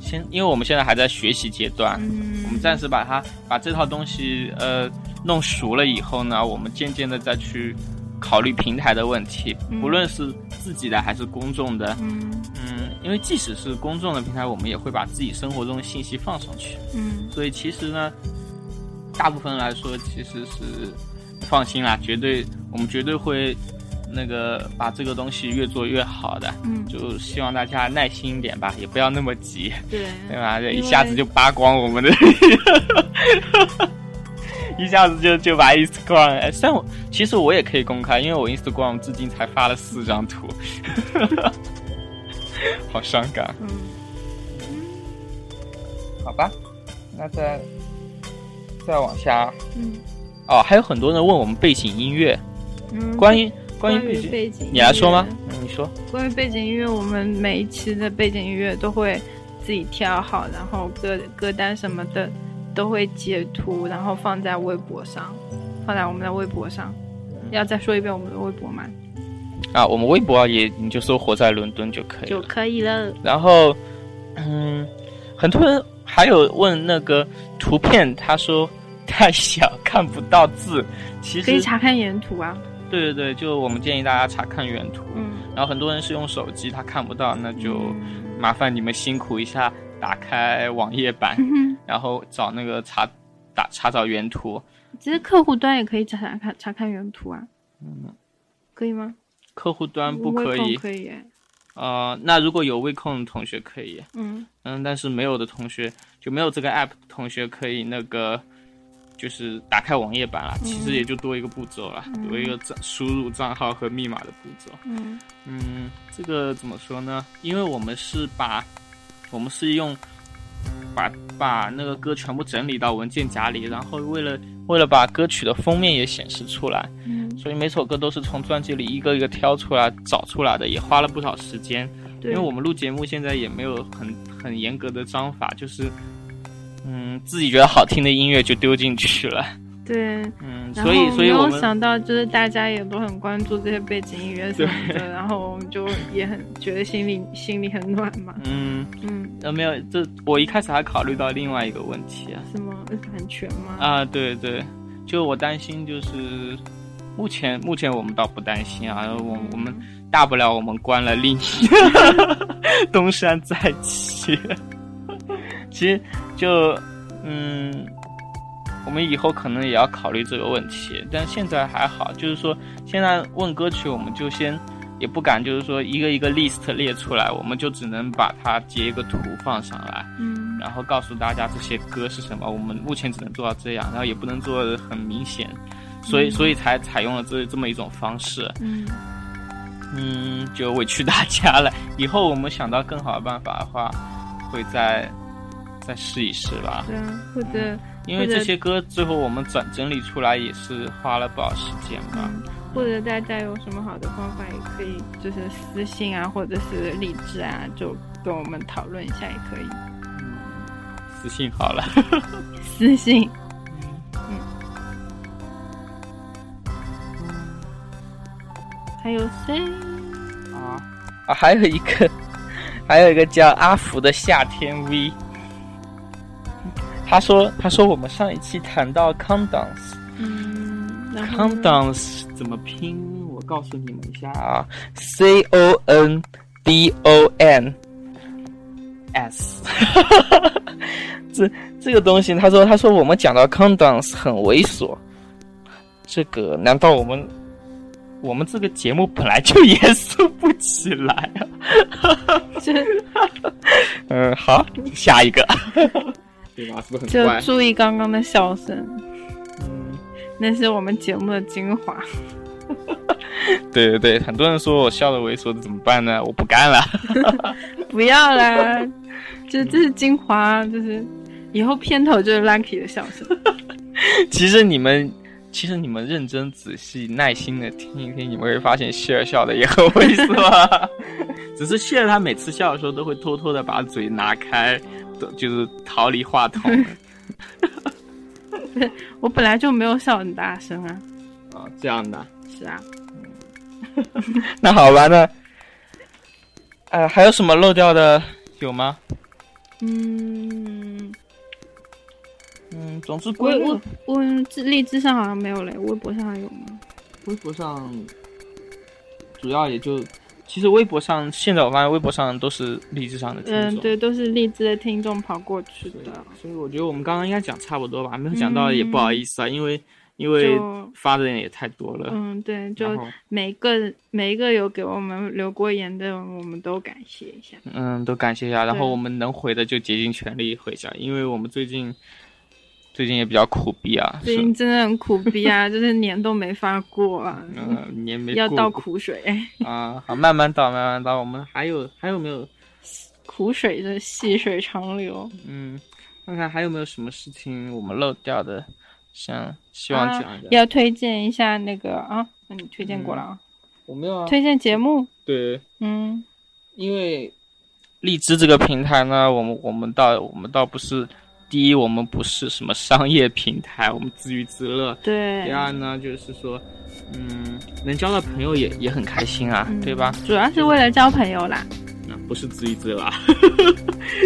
[SPEAKER 2] 先，因为我们现在还在学习阶段，
[SPEAKER 3] 嗯
[SPEAKER 2] 我们暂时把它把这套东西呃弄熟了以后呢，我们渐渐的再去考虑平台的问题，
[SPEAKER 3] 嗯
[SPEAKER 2] 不论是自己的还是公众的，
[SPEAKER 3] 嗯
[SPEAKER 2] 嗯，因为即使是公众的平台，我们也会把自己生活中的信息放上去。
[SPEAKER 3] 嗯
[SPEAKER 2] 所以其实呢，大部分来说其实是放心啦，绝对我们绝对会那个把这个东西越做越好的，
[SPEAKER 3] 嗯，
[SPEAKER 2] 就希望大家耐心一点吧，也不要那么急， [laughs]
[SPEAKER 3] 对，
[SPEAKER 2] 对吧？这
[SPEAKER 3] 为
[SPEAKER 2] 一下子就扒光我们的，一下子就就把 Instagram，哎虽然我其实我也可以公开，因为我 Instagram 至今才发了四张图， [laughs] 好伤感。
[SPEAKER 3] 嗯，
[SPEAKER 2] 好吧，那再再往下
[SPEAKER 3] 嗯
[SPEAKER 2] 哦，还有很多人问我们背景音乐，
[SPEAKER 3] 嗯，
[SPEAKER 2] 关于关
[SPEAKER 3] 关
[SPEAKER 2] 于
[SPEAKER 3] 于
[SPEAKER 2] 背景，
[SPEAKER 3] 背景，
[SPEAKER 2] 你来说吗？？嗯，你说，
[SPEAKER 3] 关于背景音乐，我们每一期的背景音乐都会自己挑好，然后歌歌单什么的都会截图，然后放在微博上，放在我们的微博上。
[SPEAKER 2] 嗯
[SPEAKER 3] 要再说一遍我们的微博吗？
[SPEAKER 2] 啊，我们微博啊也你就搜“活在伦敦”就可以
[SPEAKER 3] 就
[SPEAKER 2] 了。
[SPEAKER 3] 可以了。
[SPEAKER 2] 然后，嗯，很多人还有问那个图片，他说太小看不到字，其
[SPEAKER 3] 可以
[SPEAKER 2] 实
[SPEAKER 3] 查看原图啊。
[SPEAKER 2] 对对对，就我们建议大家查看原图。
[SPEAKER 3] 嗯，
[SPEAKER 2] 然后很多人是用手机，他看不到，那就麻烦你们辛苦一下，打开网页版，
[SPEAKER 3] 嗯
[SPEAKER 2] 然后找那个查打查找原图。
[SPEAKER 3] 其实客户端也可以查查看查看原图啊。可以吗？
[SPEAKER 2] 客户端嗯不
[SPEAKER 3] 微
[SPEAKER 2] 可
[SPEAKER 3] 控
[SPEAKER 2] 以，
[SPEAKER 3] 可以。
[SPEAKER 2] 呃，那如果有微控的同学可以，
[SPEAKER 3] 嗯，
[SPEAKER 2] 嗯，但是没有的同学就没有这个 app 的同学可以那个，就是打开网页版了，其实也就多一个步骤了，多一个账输入账号和密码的步骤。
[SPEAKER 3] 嗯
[SPEAKER 2] 嗯，这个怎么说呢？因为我们是把，我们是用把把那个歌全部整理到文件夹里，然后为了为了把歌曲的封面也显示出来，
[SPEAKER 3] 嗯，
[SPEAKER 2] 所以每首歌都是从专辑里一个一个挑出来找出来的，也花了不少时间。因
[SPEAKER 3] 对，
[SPEAKER 2] 为我们录节目现在也没有很很严格的章法，就是嗯自己觉得好听的音乐就丢进去了，
[SPEAKER 3] 对，
[SPEAKER 2] 嗯，
[SPEAKER 3] 然
[SPEAKER 2] 所以
[SPEAKER 3] 后
[SPEAKER 2] 所以
[SPEAKER 3] 没
[SPEAKER 2] 我
[SPEAKER 3] 有
[SPEAKER 2] 们
[SPEAKER 3] 想到，就是大家也都很关注这些背景音乐什么的，然后我们就也很觉得心里心里很暖嘛。
[SPEAKER 2] 嗯
[SPEAKER 3] 嗯，
[SPEAKER 2] 呃没有这我一开始还考虑到另外一个问题啊，
[SPEAKER 3] 什么版权吗？
[SPEAKER 2] 啊对对，就我担心就是。目前目前我们倒不担心啊，我我们大不了我们关了另一个东山再起。其实就嗯，我们以后可能也要考虑这个问题，但现在还好，就是说现在问歌曲，我们就先也不敢，就是说一个一个 list 列出来，我们就只能把它截一个图放上来，
[SPEAKER 3] 嗯
[SPEAKER 2] 然后告诉大家这些歌是什么。我们目前只能做到这样，然后也不能做的很明显，所以所以才采用了这这么一种方式。
[SPEAKER 3] 嗯，
[SPEAKER 2] 嗯，就委屈大家了。以后我们想到更好的办法的话，会再再试一试吧。
[SPEAKER 3] 对啊，或者
[SPEAKER 2] 因为这些歌最后我们整整理出来也是花了不少时间吧。
[SPEAKER 3] 嗯，或者大家有什么好的方法，也可以就是私信啊，或者是荔枝啊，就跟我们讨论一下也可以。
[SPEAKER 2] 私信好了，
[SPEAKER 3] 私信，
[SPEAKER 2] 嗯
[SPEAKER 3] 嗯还有谁？
[SPEAKER 2] 啊啊，还有一个， [laughs] 还有一个叫阿福的夏天 V，他说他说我们上一期谈到 condoms，
[SPEAKER 3] 嗯，然后呢
[SPEAKER 2] Condoms 怎么拼？我告诉你们一下啊，C O N D O N S。这这个东西，他说他说我们讲到 condoms 很猥琐，这个难道我们我们这个节目本来就严肃不起来啊？
[SPEAKER 3] 这
[SPEAKER 2] 嗯，好，下一个， [laughs] 对吧？是不是很
[SPEAKER 3] 就
[SPEAKER 2] 乖？
[SPEAKER 3] 注意刚刚的笑声，
[SPEAKER 2] 嗯
[SPEAKER 3] 那是我们节目的精华。 [laughs]
[SPEAKER 2] 对对对，很多人说我笑的猥琐，怎么办呢？我不干了。 [laughs]
[SPEAKER 3] 不要 [laughs] 啦，就这是精华，就是以后片头就是 Lucky 的笑声。 [laughs]
[SPEAKER 2] 其实你们，其实你们认真、仔细、耐心的听一听，你们会发现谢儿笑的也很猥琐啊。 [laughs] 只是谢儿他每次笑的时候都会偷偷的把嘴拿开，都就是逃离话筒 [laughs]
[SPEAKER 3] 我本来就没有笑很大声啊，
[SPEAKER 2] 啊，这样的。
[SPEAKER 3] 是啊，
[SPEAKER 2] 那好吧，那呃，还有什么漏掉的有吗？
[SPEAKER 3] 嗯，
[SPEAKER 2] 嗯，总之
[SPEAKER 3] 我
[SPEAKER 2] 归
[SPEAKER 3] 我我荔枝上好像没有嘞，微博上还有吗？
[SPEAKER 2] 微博上主要也就，其实微博上现在我发现微博上都是励志上的听
[SPEAKER 3] 嗯，
[SPEAKER 2] 众。
[SPEAKER 3] 对，都是荔枝的听众跑过去
[SPEAKER 2] 对
[SPEAKER 3] 的，
[SPEAKER 2] 所以我觉得我们刚刚应该讲差不多吧，没有讲到也不好意思啊，因为因为
[SPEAKER 3] 嗯就
[SPEAKER 2] 发的人也太多了。
[SPEAKER 3] 嗯，对，
[SPEAKER 2] 呃然
[SPEAKER 3] 就
[SPEAKER 2] 后
[SPEAKER 3] 每个每一个有给我们留过言的，我们都感谢一下。
[SPEAKER 2] 嗯，都感谢一下，然后
[SPEAKER 3] 对
[SPEAKER 2] 我们能回的就竭尽全力回一下，因为我们最近最近也比较苦逼啊，
[SPEAKER 3] 最
[SPEAKER 2] 是
[SPEAKER 3] 近真的很苦逼啊，
[SPEAKER 2] [laughs]
[SPEAKER 3] 就是年都没发过啊，
[SPEAKER 2] 嗯，年没
[SPEAKER 3] 要
[SPEAKER 2] 过
[SPEAKER 3] 倒
[SPEAKER 2] 过
[SPEAKER 3] 苦水。 [laughs]
[SPEAKER 2] 啊，好，慢慢倒，慢慢倒，我们还有还有没有？
[SPEAKER 3] 苦水的细水长流。
[SPEAKER 2] 嗯，看看还有没有什么事情我们漏掉的，想希望
[SPEAKER 3] 啊
[SPEAKER 2] 讲一下。
[SPEAKER 3] 要推荐一下那个啊，那你推荐过了啊？
[SPEAKER 2] 我没有啊，
[SPEAKER 3] 推荐节目，
[SPEAKER 2] 对。
[SPEAKER 3] 嗯，
[SPEAKER 2] 因为荔枝这个平台呢，我们我们倒我们倒不是第一，我们不是什么商业平台，我们自娱自乐。
[SPEAKER 3] 对。
[SPEAKER 2] 第二呢，就是说，嗯，能交到朋友也也很开心啊，
[SPEAKER 3] 嗯
[SPEAKER 2] 对吧？
[SPEAKER 3] 主要是为了交朋友
[SPEAKER 2] [laughs]
[SPEAKER 3] 啦，
[SPEAKER 2] 那不是自娱自乐，啊，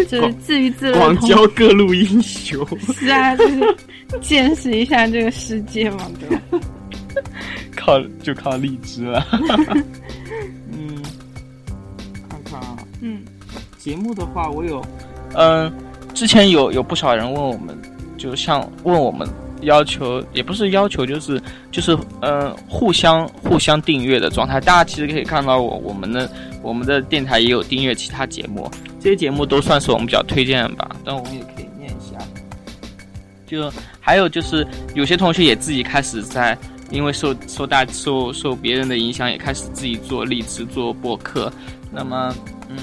[SPEAKER 3] 就是自娱自乐
[SPEAKER 2] 广
[SPEAKER 3] 同
[SPEAKER 2] 交各路英雄。
[SPEAKER 3] 时啊， [laughs] 就是见识一下这个世界嘛，对吧？
[SPEAKER 2] 靠就靠荔枝
[SPEAKER 3] [laughs]
[SPEAKER 2] 了。嗯，看看啊，
[SPEAKER 3] 嗯
[SPEAKER 2] 节目的话，我有，嗯，之前有有不少人问我们，就像问我们要求，也不是要求，就是就是嗯，互相互相订阅的状态。大家其实可以看到我我们的我们的电台也有订阅其他节目，这些节目都算是我们比较推荐的吧，但我们也可以念一下。就还有就是，有些同学也自己开始在，因为受受大受受别人的影响，也开始自己做荔枝做播客。那么，嗯，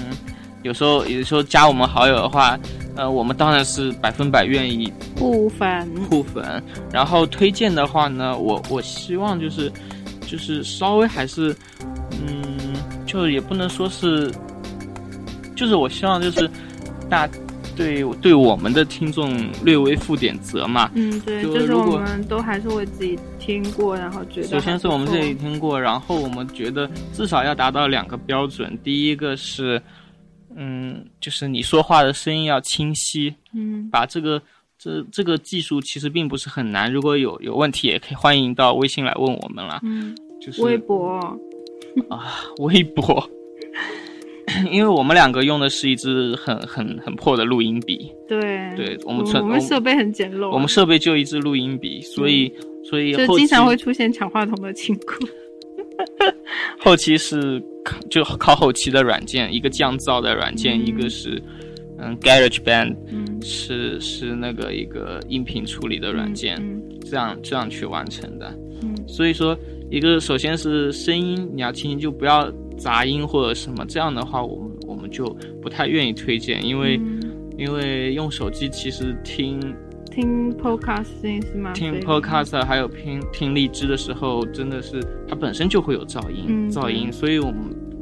[SPEAKER 2] 有时候有时候加我们好友的话，呃，我们当然是百分百愿意
[SPEAKER 3] 互粉，
[SPEAKER 2] 互粉。然后推荐的话呢，我我希望就是就是稍微还是，嗯，就也不能说是，就是我希望就是大对对我们的听众略微负点责嘛。
[SPEAKER 3] 嗯，对，
[SPEAKER 2] 就
[SPEAKER 3] 就是
[SPEAKER 2] 如
[SPEAKER 3] 我
[SPEAKER 2] 果
[SPEAKER 3] 们都还是会自己听过，然后觉得
[SPEAKER 2] 首先是我们
[SPEAKER 3] 还不
[SPEAKER 2] 这
[SPEAKER 3] 错
[SPEAKER 2] 里听过，然后我们觉得至少要达到两个标准，第一个是，嗯，就是你说话的声音要清晰，
[SPEAKER 3] 嗯
[SPEAKER 2] 把这个这这个技术其实并不是很难，如果有有问题也可以欢迎到微信来问我们啦，
[SPEAKER 3] 嗯，
[SPEAKER 2] 就是
[SPEAKER 3] 微博，
[SPEAKER 2] 微博， [laughs] 因为我们两个用的是一支很很很破的录音笔，
[SPEAKER 3] 对
[SPEAKER 2] 对我
[SPEAKER 3] 我
[SPEAKER 2] 们存
[SPEAKER 3] 嗯我
[SPEAKER 2] 我
[SPEAKER 3] 们
[SPEAKER 2] 们
[SPEAKER 3] 设备很简陋啊，
[SPEAKER 2] 我们设备就一支录音笔，所以所以
[SPEAKER 3] 嗯就
[SPEAKER 2] 后
[SPEAKER 3] 经常
[SPEAKER 2] 期
[SPEAKER 3] 会出现抢话筒的情况。
[SPEAKER 2] 后期是靠就靠后期的软件，一个降噪的软件，
[SPEAKER 3] 嗯
[SPEAKER 2] 一个是嗯 GarageBand
[SPEAKER 3] 嗯，
[SPEAKER 2] 是是那个一个音频处理的软件，
[SPEAKER 3] 嗯
[SPEAKER 2] 这样这样去完成的。
[SPEAKER 3] 嗯
[SPEAKER 2] 所以说，一个首先是声音你要听，就不要杂音或者什么，这样的话我们我们就不太愿意推荐，因为、
[SPEAKER 3] 嗯
[SPEAKER 2] 因为用手机其实听
[SPEAKER 3] 听 podcasting 是吗？
[SPEAKER 2] 听
[SPEAKER 3] 对
[SPEAKER 2] podcast 还有听听荔枝的时候，真的是它本身就会有噪音，
[SPEAKER 3] 嗯
[SPEAKER 2] 噪音，
[SPEAKER 3] 对
[SPEAKER 2] 所以我们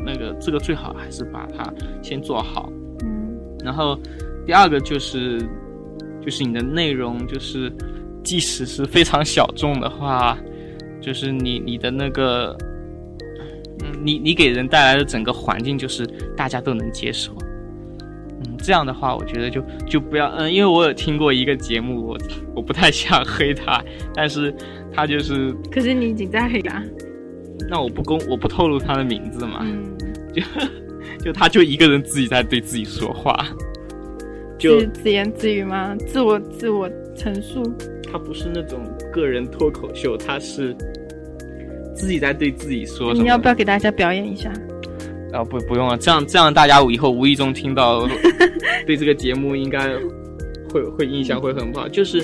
[SPEAKER 2] 那个这个最好还是把它先做好。
[SPEAKER 3] 嗯
[SPEAKER 2] 然后第二个就是就是你的内容，就是即使是非常小众的话，就是你你的那个，嗯，你你给人带来的整个环境就是大家都能接受。嗯，这样的话，我觉得就就不要，嗯，因为我有听过一个节目，我我不太想黑他，但是他就是，
[SPEAKER 3] 可是你已经在黑了。
[SPEAKER 2] 那我不公，我不透露他的名字嘛，
[SPEAKER 3] 嗯，
[SPEAKER 2] 就他就一个人自己在对自己说话，就是
[SPEAKER 3] 自言自语吗？自我自我陈述。
[SPEAKER 2] 他不是那种个人脱口秀，他是自己在对自己说什么。
[SPEAKER 3] 你要不要给大家表演一下？
[SPEAKER 2] 啊，不不用了，这样这样大家以后无意中听到， [laughs] 对这个节目应该会会印象会很不好。就是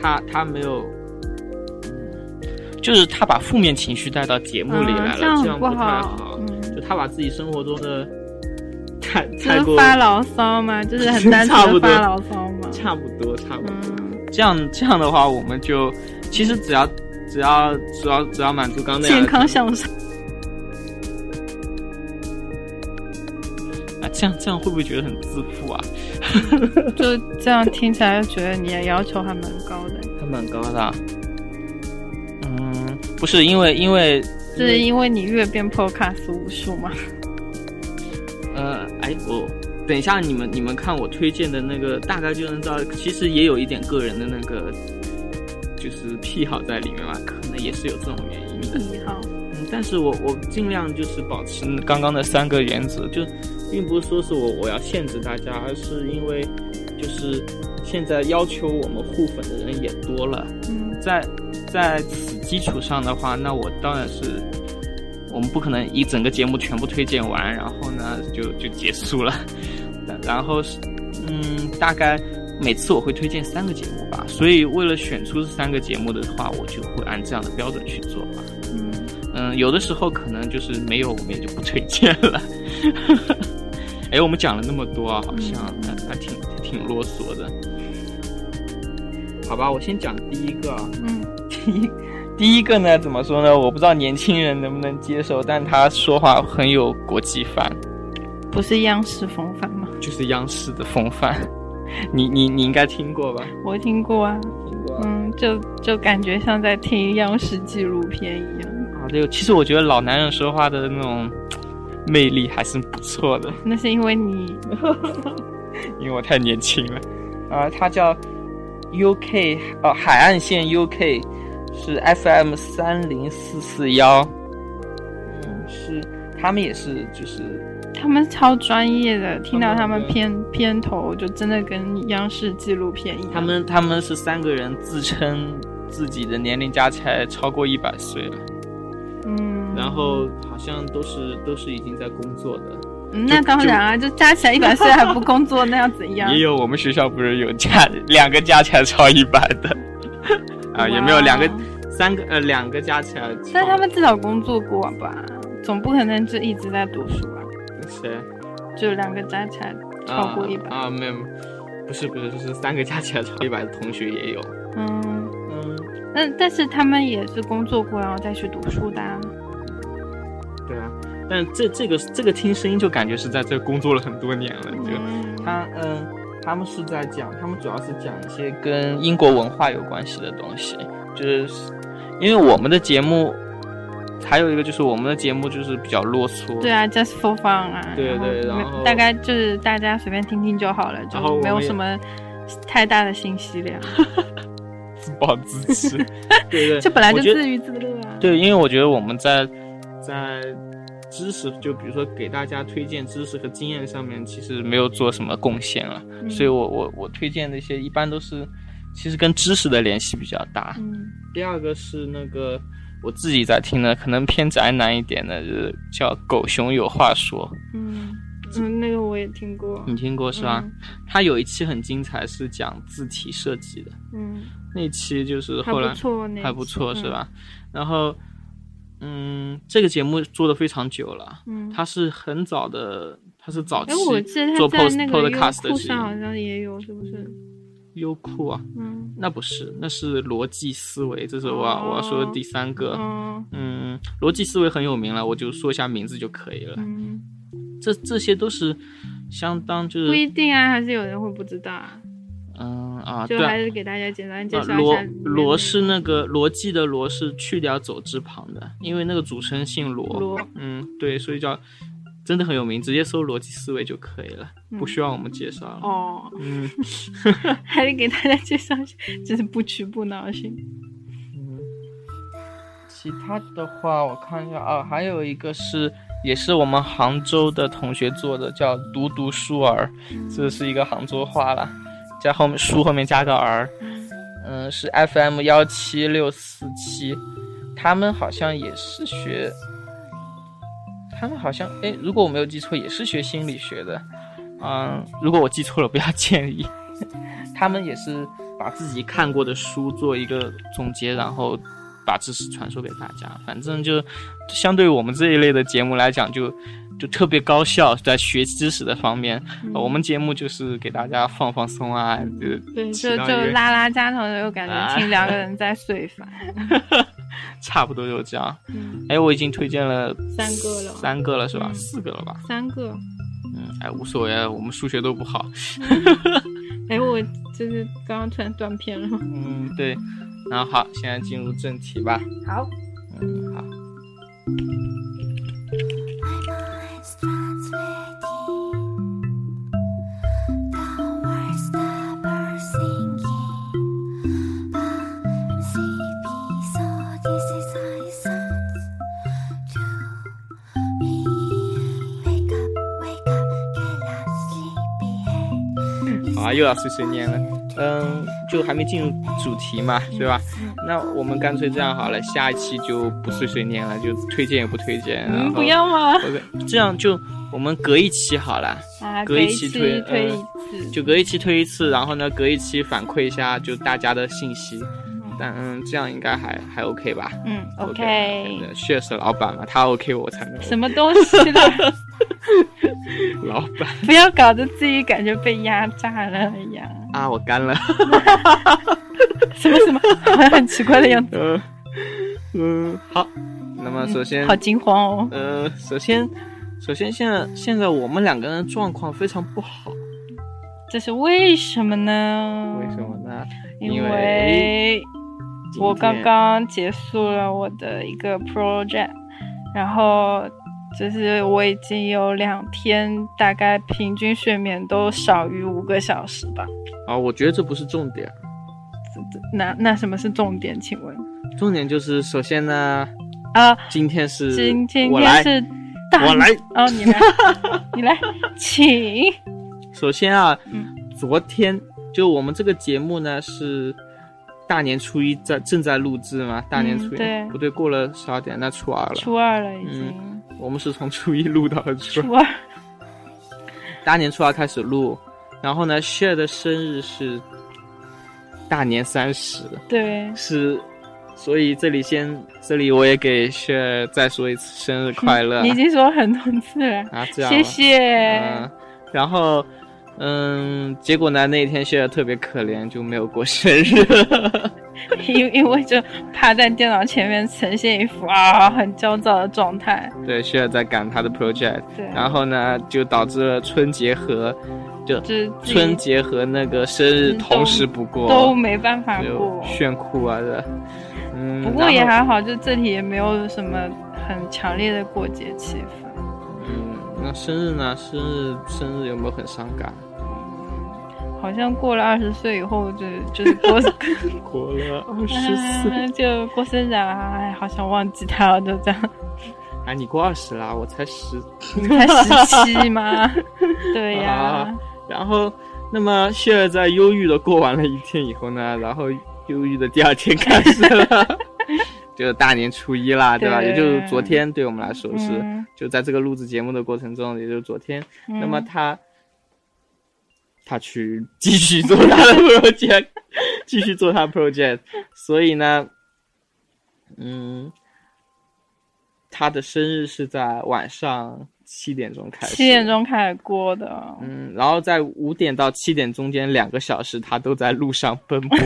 [SPEAKER 2] 他他没有，就是他把负面情绪带到节目里
[SPEAKER 3] 嗯
[SPEAKER 2] 来了，
[SPEAKER 3] 这样
[SPEAKER 2] 这
[SPEAKER 3] 很
[SPEAKER 2] 样
[SPEAKER 3] 不
[SPEAKER 2] 太
[SPEAKER 3] 好
[SPEAKER 2] 好。。
[SPEAKER 3] 嗯，
[SPEAKER 2] 就他把自己生活中的太太
[SPEAKER 3] 这是
[SPEAKER 2] 过
[SPEAKER 3] 发牢骚吗？就是很单
[SPEAKER 2] [laughs] 差
[SPEAKER 3] 纯
[SPEAKER 2] 不
[SPEAKER 3] 的
[SPEAKER 2] 多
[SPEAKER 3] 发牢骚吗？
[SPEAKER 2] 差不多差不多。
[SPEAKER 3] 嗯，
[SPEAKER 2] 这样这样的话，我们就其实只要只要只要只要满足刚那样
[SPEAKER 3] 健
[SPEAKER 2] 的
[SPEAKER 3] 康向上。 [laughs]
[SPEAKER 2] 啊，这样这样会不会觉得很自负啊？
[SPEAKER 3] 就这样听起来，觉得你的要求还蛮高的。
[SPEAKER 2] 还蛮高的、啊嗯，不是因为因为
[SPEAKER 3] 是因为你阅遍 podcast 无数吗？
[SPEAKER 2] 呃，哎，我等一下你们你们看我推荐的那个，大概就能知道，其实也有一点个人的那个就是癖好在里面吧，可能也是有这种原因的。
[SPEAKER 3] 一号。
[SPEAKER 2] 嗯，但是我我尽量就是保持刚刚的三个原则，就并不是说是我我要限制大家，而是因为就是现在要求我们互粉的人也多了。
[SPEAKER 3] 嗯
[SPEAKER 2] 在在此基础上的话，那我当然是我们不可能一整个节目全部推荐完，然后呢就就结束了。然然后是嗯，大概每次我会推荐三个节目吧，所以为了选出这三个节目的话，我就会按这样的标准去做吧。
[SPEAKER 3] 嗯
[SPEAKER 2] 嗯，有的时候可能就是没有，我们也就不推荐了。哎，我们讲了那么多啊，好像还还挺挺啰嗦的。好吧，我先讲第一个啊。
[SPEAKER 3] 嗯
[SPEAKER 2] 第一第一个呢，怎么说呢？我不知道年轻人能不能接受，但他说话很有国际范，，
[SPEAKER 3] 不是央视风范吗？
[SPEAKER 2] 就是央视的风范。 [laughs] 你你你应该听过吧？
[SPEAKER 3] 我听过啊，
[SPEAKER 2] 听过、啊。
[SPEAKER 3] 嗯，就就感觉像在听央视纪录片一样。
[SPEAKER 2] 啊，对，其实我觉得老男人说话的那种魅力还是不错的。 [laughs]
[SPEAKER 3] 那是因为你，
[SPEAKER 2] 因为我太年轻了。啊，它叫 UK 哦、啊，海岸线 UK 是 FM 三零四四幺。嗯，是他们也是就是。
[SPEAKER 3] 他们超专业的，听到他们片片头就真的跟央视纪录片一样。
[SPEAKER 2] 他们他们是三个人自称自己的年龄加起来超过一百岁了，
[SPEAKER 3] 嗯，
[SPEAKER 2] 然后好像都是都是已经在工作的。
[SPEAKER 3] 嗯、那当然啊，就加起来一百岁还不工作，那要怎样？
[SPEAKER 2] 也有我们学校不是有加两个加起来超一百的 [laughs] 啊，也没有两个哦三个呃两个加起来。
[SPEAKER 3] 但他们至少工作过吧，总不可能就一直在读书啊吧。
[SPEAKER 2] 谁？
[SPEAKER 3] 就两个加起来超过一百、
[SPEAKER 2] 啊、啊？没有，不是不是，就是三个加起来超一百的同学也有。
[SPEAKER 3] 嗯
[SPEAKER 2] 嗯，
[SPEAKER 3] 那但是他们也是工作过，然后再去读书的、啊。
[SPEAKER 2] 对啊，但这这个这个听声音就感觉是在这工作了很多年了。就、嗯、他嗯，他们是在讲，他们主要是讲一些跟英国文化有关系的东西，就是因为我们的节目。还有一个就是我们的节目就是比较啰嗦，
[SPEAKER 3] 对啊，just for fun 啊，
[SPEAKER 2] 对对，然后
[SPEAKER 3] 大概就是大家随便听听就好了，就没有什么太大的信息量，
[SPEAKER 2] 自暴自
[SPEAKER 3] [laughs]
[SPEAKER 2] 弃，对对，
[SPEAKER 3] 这本来就自娱自乐啊。
[SPEAKER 2] 对，因为我觉得我们在在知识，就比如说给大家推荐知识和经验上面，其实没有做什么贡献了，嗯、所以我我我推荐的一些一般都是其实跟知识的联系比较大。
[SPEAKER 3] 嗯，
[SPEAKER 2] 第二个是那个。我自己在听的，可能偏宅男一点的，就是叫《狗熊有话说》。
[SPEAKER 3] 嗯嗯，那个我也听过。
[SPEAKER 2] 你听过是啊吧？
[SPEAKER 3] 嗯、
[SPEAKER 2] 他有一期很精彩，是讲字体设计的。
[SPEAKER 3] 嗯，
[SPEAKER 2] 那期就是后来
[SPEAKER 3] 还不错，
[SPEAKER 2] 还不
[SPEAKER 3] 嗯
[SPEAKER 2] 错是吧？然后，嗯，这个节目做的非常久了。
[SPEAKER 3] 嗯，哎
[SPEAKER 2] 他是很早的，他是早期
[SPEAKER 3] 我记得
[SPEAKER 2] 做 post
[SPEAKER 3] 那
[SPEAKER 2] podcast 的。
[SPEAKER 3] 优酷上好像也有，是不是？
[SPEAKER 2] 优酷啊，
[SPEAKER 3] 嗯，
[SPEAKER 2] 那不是，那是逻辑思维，这是我、哦、我要说的第三个，
[SPEAKER 3] 哦、
[SPEAKER 2] 嗯，逻辑思维很有名了，我就说一下名字就可以了。
[SPEAKER 3] 嗯，
[SPEAKER 2] 这这些都是相当就是
[SPEAKER 3] 不一定啊，还是有人会不知道啊。
[SPEAKER 2] 嗯啊，
[SPEAKER 3] 就还是给大家简单介绍一下。
[SPEAKER 2] 罗罗是那个逻辑的罗是去掉走字旁的，因为那个主持人姓罗。
[SPEAKER 3] 罗，
[SPEAKER 2] 嗯，对，所以叫。真的很有名，直接搜逻辑思维就可以了，
[SPEAKER 3] 嗯、
[SPEAKER 2] 不需要我们介绍了。
[SPEAKER 3] 哦， [laughs]
[SPEAKER 2] 嗯，
[SPEAKER 3] 还得给大家介绍一下，真是不屈不挠型。
[SPEAKER 2] 嗯，其他的话我看一下啊，还有一个是，也是我们杭州的同学做的，叫“读读书儿”，这是一个杭州话啦，在后面“书”后面加个儿。嗯，是 FM 幺七六四七，他们好像也是学。他们好像哎，如果我没有记错，也是学心理学的，嗯，如果我记错了，不要建议。 [laughs] 他们也是把自己看过的书做一个总结，然后把知识传授给大家。反正就相对我们这一类的节目来讲就，就就特别高效，在学知识的方面，呃
[SPEAKER 3] 嗯、
[SPEAKER 2] 我们节目就是给大家放放松啊，
[SPEAKER 3] 就对，就就拉拉家常，又感觉听两
[SPEAKER 2] [laughs]
[SPEAKER 3] 个人在碎烦。
[SPEAKER 2] 啊差不多就这样。哎、
[SPEAKER 3] 嗯，
[SPEAKER 2] 我已经推荐了
[SPEAKER 3] 三个了，
[SPEAKER 2] 三个了是吧？
[SPEAKER 3] 嗯、
[SPEAKER 2] 四个了吧？
[SPEAKER 3] 三个。
[SPEAKER 2] 嗯，哎，无所谓，我们数学都不好。
[SPEAKER 3] 哎我就是刚刚突然断片了。
[SPEAKER 2] 嗯，对。然后好，现在进入正题吧。
[SPEAKER 3] 好。
[SPEAKER 2] 嗯，好。啊，又要碎碎念了，嗯，就还没进入主题嘛，
[SPEAKER 3] 嗯
[SPEAKER 2] 对吧？那我们干脆这样好了，下一期就不碎碎念了，就推荐也不推荐，然后
[SPEAKER 3] 嗯，不要吗？
[SPEAKER 2] 这样就我们隔一期好了，
[SPEAKER 3] 啊，
[SPEAKER 2] 隔
[SPEAKER 3] 一
[SPEAKER 2] 期
[SPEAKER 3] 推
[SPEAKER 2] 推
[SPEAKER 3] 一次、呃，
[SPEAKER 2] 就隔一期推一次，然后呢，隔一期反馈一下就大家的信息，但嗯，这样应该还还 OK 吧？
[SPEAKER 3] 嗯
[SPEAKER 2] ，OK，确实老板嘛，他 OK 我才能、OK、
[SPEAKER 3] [laughs] 什么东西啦？
[SPEAKER 2] 老板，
[SPEAKER 3] [laughs] 不要搞得自己感觉被压榨了呀！
[SPEAKER 2] 啊，我干
[SPEAKER 3] [laughs]
[SPEAKER 2] 了，
[SPEAKER 3] 什么什 [laughs] 么，很奇怪的样子。
[SPEAKER 2] 嗯、呃呃，好，那么 [laughs] 首先，嗯、
[SPEAKER 3] 好惊慌哦。
[SPEAKER 2] 呃，首先，首先现在现在我们两个人状况非常不好。
[SPEAKER 3] 这是为什么呢？
[SPEAKER 2] 为什么呢？
[SPEAKER 3] 因
[SPEAKER 2] 因
[SPEAKER 3] 为
[SPEAKER 2] 今
[SPEAKER 3] 我刚
[SPEAKER 2] 天
[SPEAKER 3] 刚结束了我的一个 project，然后就是我已经有两天，大概平均睡眠都少于五个小时吧。
[SPEAKER 2] 啊，我觉得这不是重点，
[SPEAKER 3] 那那什么是重点？请问
[SPEAKER 2] 重点就是首先呢，
[SPEAKER 3] 啊，
[SPEAKER 2] 今天是
[SPEAKER 3] 今今
[SPEAKER 2] 我
[SPEAKER 3] 天
[SPEAKER 2] 来，
[SPEAKER 3] 是大
[SPEAKER 2] 我来。
[SPEAKER 3] 哦，
[SPEAKER 2] [laughs]
[SPEAKER 3] 你来，你来，请。
[SPEAKER 2] 首先啊，
[SPEAKER 3] 嗯
[SPEAKER 2] 昨天就我们这个节目呢是大年初一在正在录制嘛，大年
[SPEAKER 3] 嗯
[SPEAKER 2] 初一、
[SPEAKER 3] 对
[SPEAKER 2] 不对，过了十二点，那初二了。
[SPEAKER 3] 初二了已经，
[SPEAKER 2] 我们是从初一录到了初二，
[SPEAKER 3] 初二
[SPEAKER 2] 大年初二开始录，然后呢，share 的生日是大年三十，
[SPEAKER 3] 对，
[SPEAKER 2] 是，所以这里先，这里我也给 share 再说一次生日快乐
[SPEAKER 3] 嗯你已经说很多次了，
[SPEAKER 2] 啊，这样吧
[SPEAKER 3] 谢谢。
[SPEAKER 2] 嗯，然后，嗯，结果呢，那天 share 特别可怜，就没有过生日。 [laughs]
[SPEAKER 3] 因因为就趴在电脑前面呈现一副啊很焦躁的状态。
[SPEAKER 2] 对，share 在赶他的 project，
[SPEAKER 3] 对，
[SPEAKER 2] 然后呢，就导致了春节和
[SPEAKER 3] 就是自己
[SPEAKER 2] 春节和那个生日
[SPEAKER 3] 嗯
[SPEAKER 2] 同
[SPEAKER 3] 都
[SPEAKER 2] 时不过，
[SPEAKER 3] 都没办法
[SPEAKER 2] 就
[SPEAKER 3] 过。
[SPEAKER 2] 炫酷啊的。嗯，
[SPEAKER 3] 不过也
[SPEAKER 2] 然后
[SPEAKER 3] 还好，就这里也没有什么很强烈的过节气氛。
[SPEAKER 2] 嗯，那生日呢？生日生日有没有很伤感？
[SPEAKER 3] 好像过了二十岁以后就，就是
[SPEAKER 2] [laughs]
[SPEAKER 3] 过
[SPEAKER 2] 过了二
[SPEAKER 3] [laughs] 啊，就过生日啊，哎，好想忘记他了，就
[SPEAKER 2] [laughs]
[SPEAKER 3] 这样。
[SPEAKER 2] 哎，你过二十啦，我才十。
[SPEAKER 3] 你才十七吗？ [laughs] 对呀、
[SPEAKER 2] 啊然后，那么雪儿在忧郁的过完了一天以后呢，然后忧郁的第二天开始
[SPEAKER 3] [laughs]
[SPEAKER 2] 了，就是大年初一啦，对吧？
[SPEAKER 3] 对
[SPEAKER 2] 也就是昨天，对我们来说是，
[SPEAKER 3] 嗯
[SPEAKER 2] 就在这个录制节目的过程中，也就是昨天。
[SPEAKER 3] 嗯
[SPEAKER 2] 那么他，他去继续做他的 project，继续做他 project，所 [laughs] 以呢，嗯，他的生日是在晚上七点钟开始，
[SPEAKER 3] 七点，钟开始过的，
[SPEAKER 2] 嗯，然后在五点到七点中间两个小时，他都在路上奔
[SPEAKER 3] [laughs]
[SPEAKER 2] 波，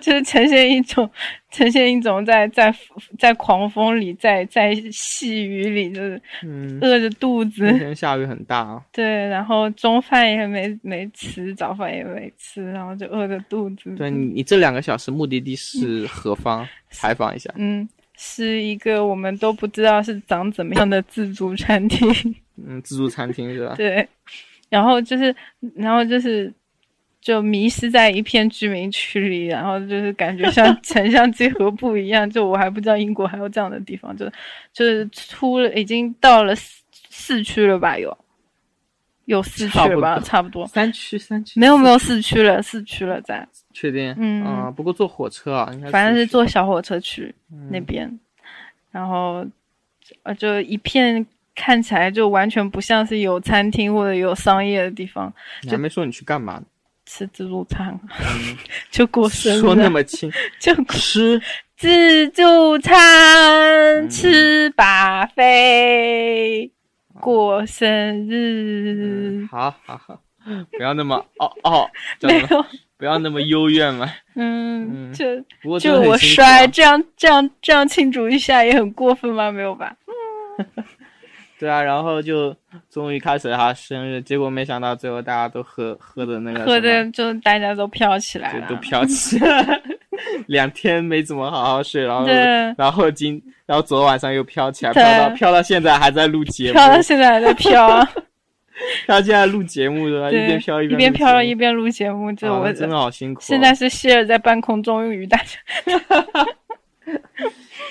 [SPEAKER 3] 就是呈现一种，呈现一种在在在狂风里，在在细雨里，就是
[SPEAKER 2] 嗯，
[SPEAKER 3] 饿着肚子，
[SPEAKER 2] 今天下雨很大啊，
[SPEAKER 3] 对，然后中饭也没没吃，早饭也没吃，然后就饿着肚子。
[SPEAKER 2] 对你，你这两个小时目的地是何方？采访一下，
[SPEAKER 3] 嗯，是一个我们都不知道是长怎么样的自助餐厅。
[SPEAKER 2] 嗯，自助餐厅是吧？
[SPEAKER 3] 对，然后就是，然后就是，就迷失在一片居民区里，然后就是感觉
[SPEAKER 2] [laughs]
[SPEAKER 3] 像城乡结合部一样。就我还不知道英国还有这样的地方，就就是出了，已经到了市市区了吧？有有市区
[SPEAKER 2] 差
[SPEAKER 3] 了
[SPEAKER 2] 不
[SPEAKER 3] 吧？
[SPEAKER 2] 多
[SPEAKER 3] 差不多，
[SPEAKER 2] 三区，三区
[SPEAKER 3] 没有没有市区了，市区了在，
[SPEAKER 2] 确定，
[SPEAKER 3] 嗯
[SPEAKER 2] 啊不过坐火车啊，应该
[SPEAKER 3] 反正是
[SPEAKER 2] 去嗯
[SPEAKER 3] 坐小火车去那边，然后呃，就一片。看起来就完全不像是有餐厅或者有商业的地方，
[SPEAKER 2] 你还没说你去干
[SPEAKER 3] [laughs]
[SPEAKER 2] 嘛呢？嗯
[SPEAKER 3] 吃自助餐，就过生日，
[SPEAKER 2] 说那么
[SPEAKER 3] [laughs]
[SPEAKER 2] 轻，
[SPEAKER 3] 就过
[SPEAKER 2] 吃嗯
[SPEAKER 3] 自助餐、吃吧费，
[SPEAKER 2] 哦
[SPEAKER 3] 过生日、
[SPEAKER 2] 嗯好好好， [laughs] 不要那么哦哦，叫
[SPEAKER 3] 嗯 [laughs] 没
[SPEAKER 2] 什么？
[SPEAKER 3] 有，
[SPEAKER 2] 不要那么幽怨
[SPEAKER 3] [laughs]
[SPEAKER 2] 嘛。
[SPEAKER 3] 嗯，
[SPEAKER 2] 嗯
[SPEAKER 3] 就
[SPEAKER 2] 不过真
[SPEAKER 3] 就
[SPEAKER 2] 的很
[SPEAKER 3] 我
[SPEAKER 2] 辛苦啊
[SPEAKER 3] 摔，这样这样这样庆祝一下也很过分吧？没有吧？
[SPEAKER 2] 对啊，然后就终于开始了他生日，结果没想到最后大家都喝喝的那个
[SPEAKER 3] 喝
[SPEAKER 2] 什
[SPEAKER 3] 的就大家都飘起来
[SPEAKER 2] 么
[SPEAKER 3] 了，
[SPEAKER 2] 啊就都飘起来， [laughs] 两天没怎么好好睡，然后
[SPEAKER 3] 对
[SPEAKER 2] 然后今然后昨晚上又飘起来，
[SPEAKER 3] 对
[SPEAKER 2] 飘到飘到现在还在录节目，
[SPEAKER 3] 飘到现在还在飘，
[SPEAKER 2] 飘现在录节目对吧？一
[SPEAKER 3] 对，
[SPEAKER 2] 边飘
[SPEAKER 3] 一
[SPEAKER 2] 边
[SPEAKER 3] 边
[SPEAKER 2] 录
[SPEAKER 3] 飘
[SPEAKER 2] 节
[SPEAKER 3] 一
[SPEAKER 2] 目
[SPEAKER 3] 边录节目，就
[SPEAKER 2] 啊
[SPEAKER 3] 我
[SPEAKER 2] 那真的好辛苦哦。
[SPEAKER 3] 现在是希尔在半空中与大家 [laughs]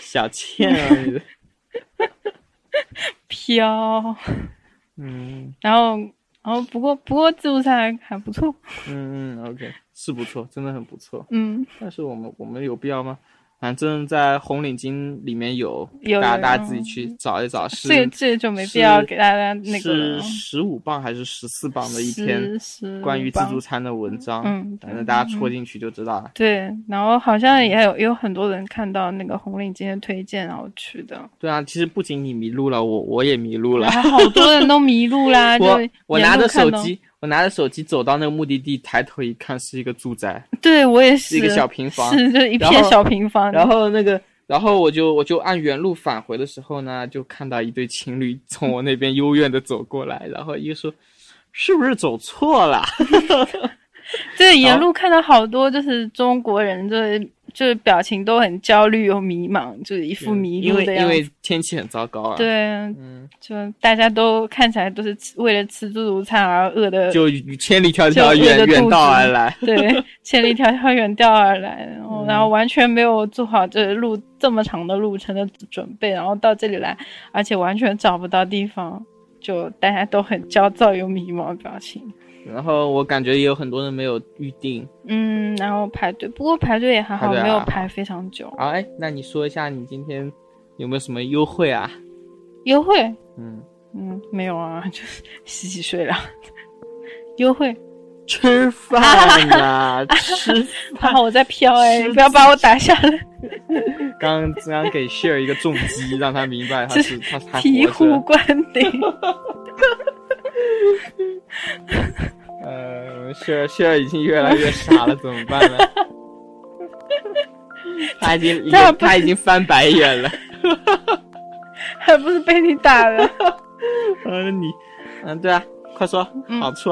[SPEAKER 2] 小倩啊，你的
[SPEAKER 3] [laughs] 飘。
[SPEAKER 2] 嗯
[SPEAKER 3] 然后，然后不过不过自助餐还还不错，
[SPEAKER 2] 嗯嗯，OK，是不错，真的很不错。
[SPEAKER 3] 嗯，
[SPEAKER 2] 但是我们我们有必要吗？反正，在红领巾里面有，
[SPEAKER 3] 有啊
[SPEAKER 2] 大家
[SPEAKER 3] 有
[SPEAKER 2] 大家
[SPEAKER 3] 有
[SPEAKER 2] 自己去找一找，是
[SPEAKER 3] 这个这个就没必要
[SPEAKER 2] 是
[SPEAKER 3] 给大家那个啊
[SPEAKER 2] 是
[SPEAKER 3] 了。
[SPEAKER 2] 十五磅还是十四磅的一篇
[SPEAKER 3] 是是
[SPEAKER 2] 关于自助
[SPEAKER 3] 吧
[SPEAKER 2] 餐的文章，
[SPEAKER 3] 嗯
[SPEAKER 2] 反正大家戳进去就知道了。
[SPEAKER 3] 对，然后好像也有也有很多人看到那个红领巾的推荐，然后去的，
[SPEAKER 2] 对啊，其实不仅你迷路了，我我也迷路了。
[SPEAKER 3] 然后好多人都迷路
[SPEAKER 2] [laughs]
[SPEAKER 3] 啦，啊就
[SPEAKER 2] 我我
[SPEAKER 3] 沿
[SPEAKER 2] 拿
[SPEAKER 3] 路
[SPEAKER 2] 着
[SPEAKER 3] 看
[SPEAKER 2] 手
[SPEAKER 3] 到，
[SPEAKER 2] 机，我拿着手机走到那个目的地，抬头一看是一个住宅，
[SPEAKER 3] 对我也
[SPEAKER 2] 是
[SPEAKER 3] 是
[SPEAKER 2] 一个小平房，
[SPEAKER 3] 是就一
[SPEAKER 2] 然
[SPEAKER 3] 片
[SPEAKER 2] 后
[SPEAKER 3] 小平房，
[SPEAKER 2] 然后那个，然后我就我就按原路返回的时候呢，就看到一对情侣从我那边幽怨的走过来，然后一个说：“是不是走错了？
[SPEAKER 3] 对，沿路看到好多就是中国人，就是就是表情都很焦虑又迷茫，就是一副迷
[SPEAKER 2] 嗯因
[SPEAKER 3] 路
[SPEAKER 2] 为
[SPEAKER 3] 的
[SPEAKER 2] 因
[SPEAKER 3] 样
[SPEAKER 2] 为
[SPEAKER 3] 子。
[SPEAKER 2] 天气很糟糕啊。，
[SPEAKER 3] 对，
[SPEAKER 2] 嗯，
[SPEAKER 3] 就大家都看起来都是吃为了吃自助餐而饿的，
[SPEAKER 2] 就千里迢迢
[SPEAKER 3] 就饿
[SPEAKER 2] 远
[SPEAKER 3] 着
[SPEAKER 2] 远
[SPEAKER 3] 肚
[SPEAKER 2] 道
[SPEAKER 3] 子
[SPEAKER 2] 而来。
[SPEAKER 3] 对，千里迢迢远道而来，然后
[SPEAKER 2] 嗯
[SPEAKER 3] 然后完全没有做好这路这么长的路程的准备，然后到这里来，而且完全找不到地方，就大家都很焦躁又迷茫的表情。
[SPEAKER 2] 然后我感觉也有很多人没有预定。
[SPEAKER 3] 嗯，然后排队，不过排队也还好，
[SPEAKER 2] 排队啊
[SPEAKER 3] 没有排非常久。
[SPEAKER 2] 啊，哎，那你说一下你今天有没有什么优惠啊？
[SPEAKER 3] 优惠， [laughs]
[SPEAKER 2] 嗯，
[SPEAKER 3] 嗯，没有啊， [laughs] 就是洗洗睡了。优惠，
[SPEAKER 2] 吃
[SPEAKER 3] 啊
[SPEAKER 2] 饭啦，吃
[SPEAKER 3] 还好我在飘哎、
[SPEAKER 2] 是
[SPEAKER 3] 你不要把我打下来。
[SPEAKER 2] 刚刚给 share 一个重击，让他明白他
[SPEAKER 3] [laughs]
[SPEAKER 2] 是他他
[SPEAKER 3] 醍
[SPEAKER 2] 活
[SPEAKER 3] 醐
[SPEAKER 2] 着。
[SPEAKER 3] 灌顶，
[SPEAKER 2] 呃，我们 share share 已经越来越傻了，怎么办呢？他已
[SPEAKER 3] [laughs]
[SPEAKER 2] 经
[SPEAKER 3] 这样不
[SPEAKER 2] 他已经翻白眼
[SPEAKER 3] [laughs]
[SPEAKER 2] 了。
[SPEAKER 3] 还不是被你
[SPEAKER 2] [laughs]
[SPEAKER 3] 打的。
[SPEAKER 2] 嗯，你嗯对啊，快说
[SPEAKER 3] 嗯
[SPEAKER 2] 好处。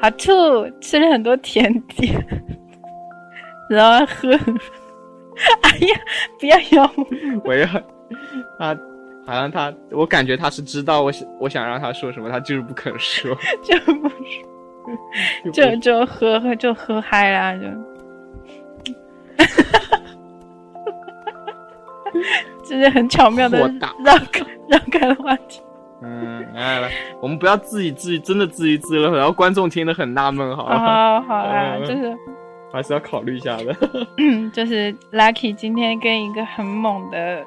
[SPEAKER 3] 好处吃了很多甜点， [laughs] 然后喝。哎呀，不要咬我！
[SPEAKER 2] 我要他好像他，我感觉他是知道我想我想让他说什么，他就是不肯说。
[SPEAKER 3] 就不是，就就喝喝就喝嗨啦，就， [laughs] 就是很巧妙的
[SPEAKER 2] 豁达
[SPEAKER 3] 绕开绕开了话
[SPEAKER 2] [laughs]
[SPEAKER 3] 题。
[SPEAKER 2] 嗯，哎，我们不要自己自己真的自娱自乐，然后观众听得很纳闷，好
[SPEAKER 3] 好
[SPEAKER 2] 吧？
[SPEAKER 3] 好好啦，
[SPEAKER 2] 啊嗯
[SPEAKER 3] 就是
[SPEAKER 2] 还是要考虑一下的。
[SPEAKER 3] 嗯就是 Lucky 今天跟一个很猛的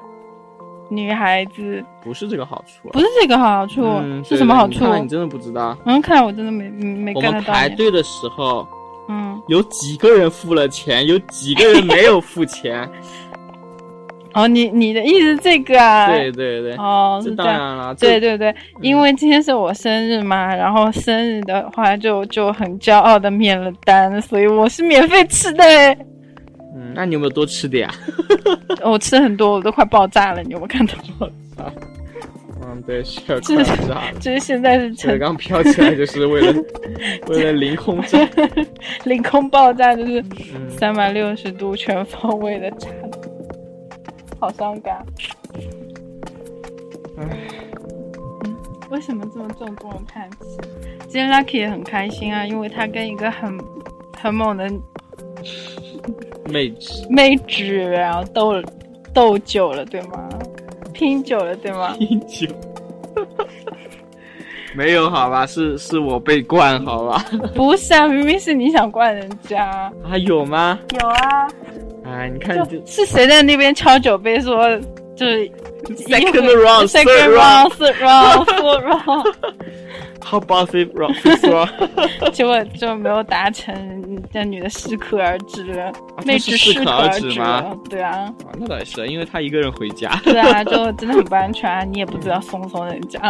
[SPEAKER 3] 女孩子，
[SPEAKER 2] 不是这个好处、啊，
[SPEAKER 3] 不是这个好处，
[SPEAKER 2] 嗯
[SPEAKER 3] 是什么好
[SPEAKER 2] 对
[SPEAKER 3] 处
[SPEAKER 2] 对？你看来你真的不知道。
[SPEAKER 3] 嗯，看来我真的没没
[SPEAKER 2] 我
[SPEAKER 3] get
[SPEAKER 2] 们
[SPEAKER 3] 到
[SPEAKER 2] 排
[SPEAKER 3] 你。
[SPEAKER 2] 队的时候，
[SPEAKER 3] 嗯，
[SPEAKER 2] 有几个人付了钱，有几个人没有付
[SPEAKER 3] [laughs]
[SPEAKER 2] 钱。
[SPEAKER 3] 哦，你你的意思是这个啊？
[SPEAKER 2] 对，对对，
[SPEAKER 3] 哦，
[SPEAKER 2] 这
[SPEAKER 3] 是这
[SPEAKER 2] 当
[SPEAKER 3] 样。
[SPEAKER 2] 然嗯了，这
[SPEAKER 3] 对对对，因为今天是我生日嘛，然后生日的话就就很骄傲的免了单，所以我是免费吃的 [laughs] 哎，
[SPEAKER 2] 嗯，那你有没有多吃点啊？
[SPEAKER 3] 我哦吃很多，我都快爆炸了，你有没有看到？
[SPEAKER 2] 嗯，对，是快
[SPEAKER 3] 这
[SPEAKER 2] 要炸了。
[SPEAKER 3] 啊就是现在是
[SPEAKER 2] 这个
[SPEAKER 3] 成
[SPEAKER 2] 刚飘起来就是为
[SPEAKER 3] [laughs]
[SPEAKER 2] 了为了凌空炸，
[SPEAKER 3] 凌空爆炸，就是
[SPEAKER 2] 嗯，
[SPEAKER 3] 三百六十度全方位的炸，好伤感。
[SPEAKER 2] 唉
[SPEAKER 3] 为什么这么重重的叹气？今天 Lucky 也很开心啊，因为他跟一个很很猛的
[SPEAKER 2] 妹纸
[SPEAKER 3] 妹纸，然后斗斗久了，对吗？拼久了，对
[SPEAKER 2] [laughs]
[SPEAKER 3] 吗？
[SPEAKER 2] 啤酒，没有好吧？是是我被灌好吧？
[SPEAKER 3] 不是啊，明明是你想灌人家。
[SPEAKER 2] 还有吗？
[SPEAKER 3] 有啊，
[SPEAKER 2] 哎，你看这
[SPEAKER 3] 就是谁在那边敲酒杯说，就是一
[SPEAKER 2] second
[SPEAKER 3] 会
[SPEAKER 2] round
[SPEAKER 3] second
[SPEAKER 2] third round
[SPEAKER 3] round third round fourth round，
[SPEAKER 2] how about fifth round fifth round
[SPEAKER 3] 结果就没有达成，那女的适可而止了，妹
[SPEAKER 2] 哦是
[SPEAKER 3] 纸
[SPEAKER 2] 适可
[SPEAKER 3] 可
[SPEAKER 2] 而
[SPEAKER 3] 而
[SPEAKER 2] 止
[SPEAKER 3] 止
[SPEAKER 2] 吗
[SPEAKER 3] 了，对啊。
[SPEAKER 2] 啊，那倒也是，因为他一个人回家。
[SPEAKER 3] 对啊，就真的很不安全啊！你也不知道松松人家，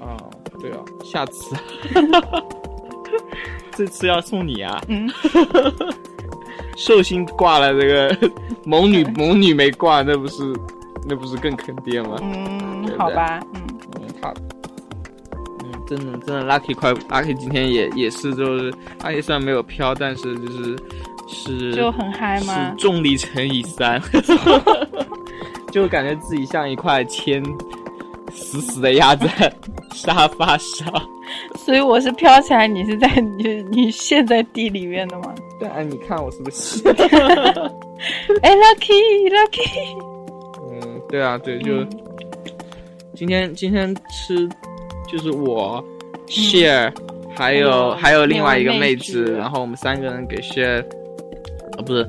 [SPEAKER 2] 啊，对啊，下
[SPEAKER 3] [laughs]
[SPEAKER 2] 次，这次要送你啊。
[SPEAKER 3] 嗯。
[SPEAKER 2] 寿星挂了，这个 [laughs] 猛女猛女没挂，那不是那不是更坑爹吗？
[SPEAKER 3] 嗯
[SPEAKER 2] 对，不
[SPEAKER 3] 好
[SPEAKER 2] 对
[SPEAKER 3] 吧，嗯，
[SPEAKER 2] 嗯，他，嗯，真的真的，Lucky 快，Lucky 今天也也是就是，Lucky 虽然没有飘，但是就是是
[SPEAKER 3] 就很嗨
[SPEAKER 2] 是
[SPEAKER 3] 吗？
[SPEAKER 2] 重力乘以 [laughs] 三，就感觉自己像一块铅，死死的压在沙发上。
[SPEAKER 3] 所以我是飘起来，你是在 [laughs] 你你陷在地里面的吗？
[SPEAKER 2] 对啊，你看我是不是？
[SPEAKER 3] 哎，lucky lucky，
[SPEAKER 2] [laughs] 嗯，对啊，对，就
[SPEAKER 3] 嗯
[SPEAKER 2] 今天今天吃，就是我 share，、还有、
[SPEAKER 3] 嗯
[SPEAKER 2] 嗯还有另外一个妹
[SPEAKER 3] 另外一个妹
[SPEAKER 2] 子，
[SPEAKER 3] 子
[SPEAKER 2] 然后我们三个人给 share，啊不是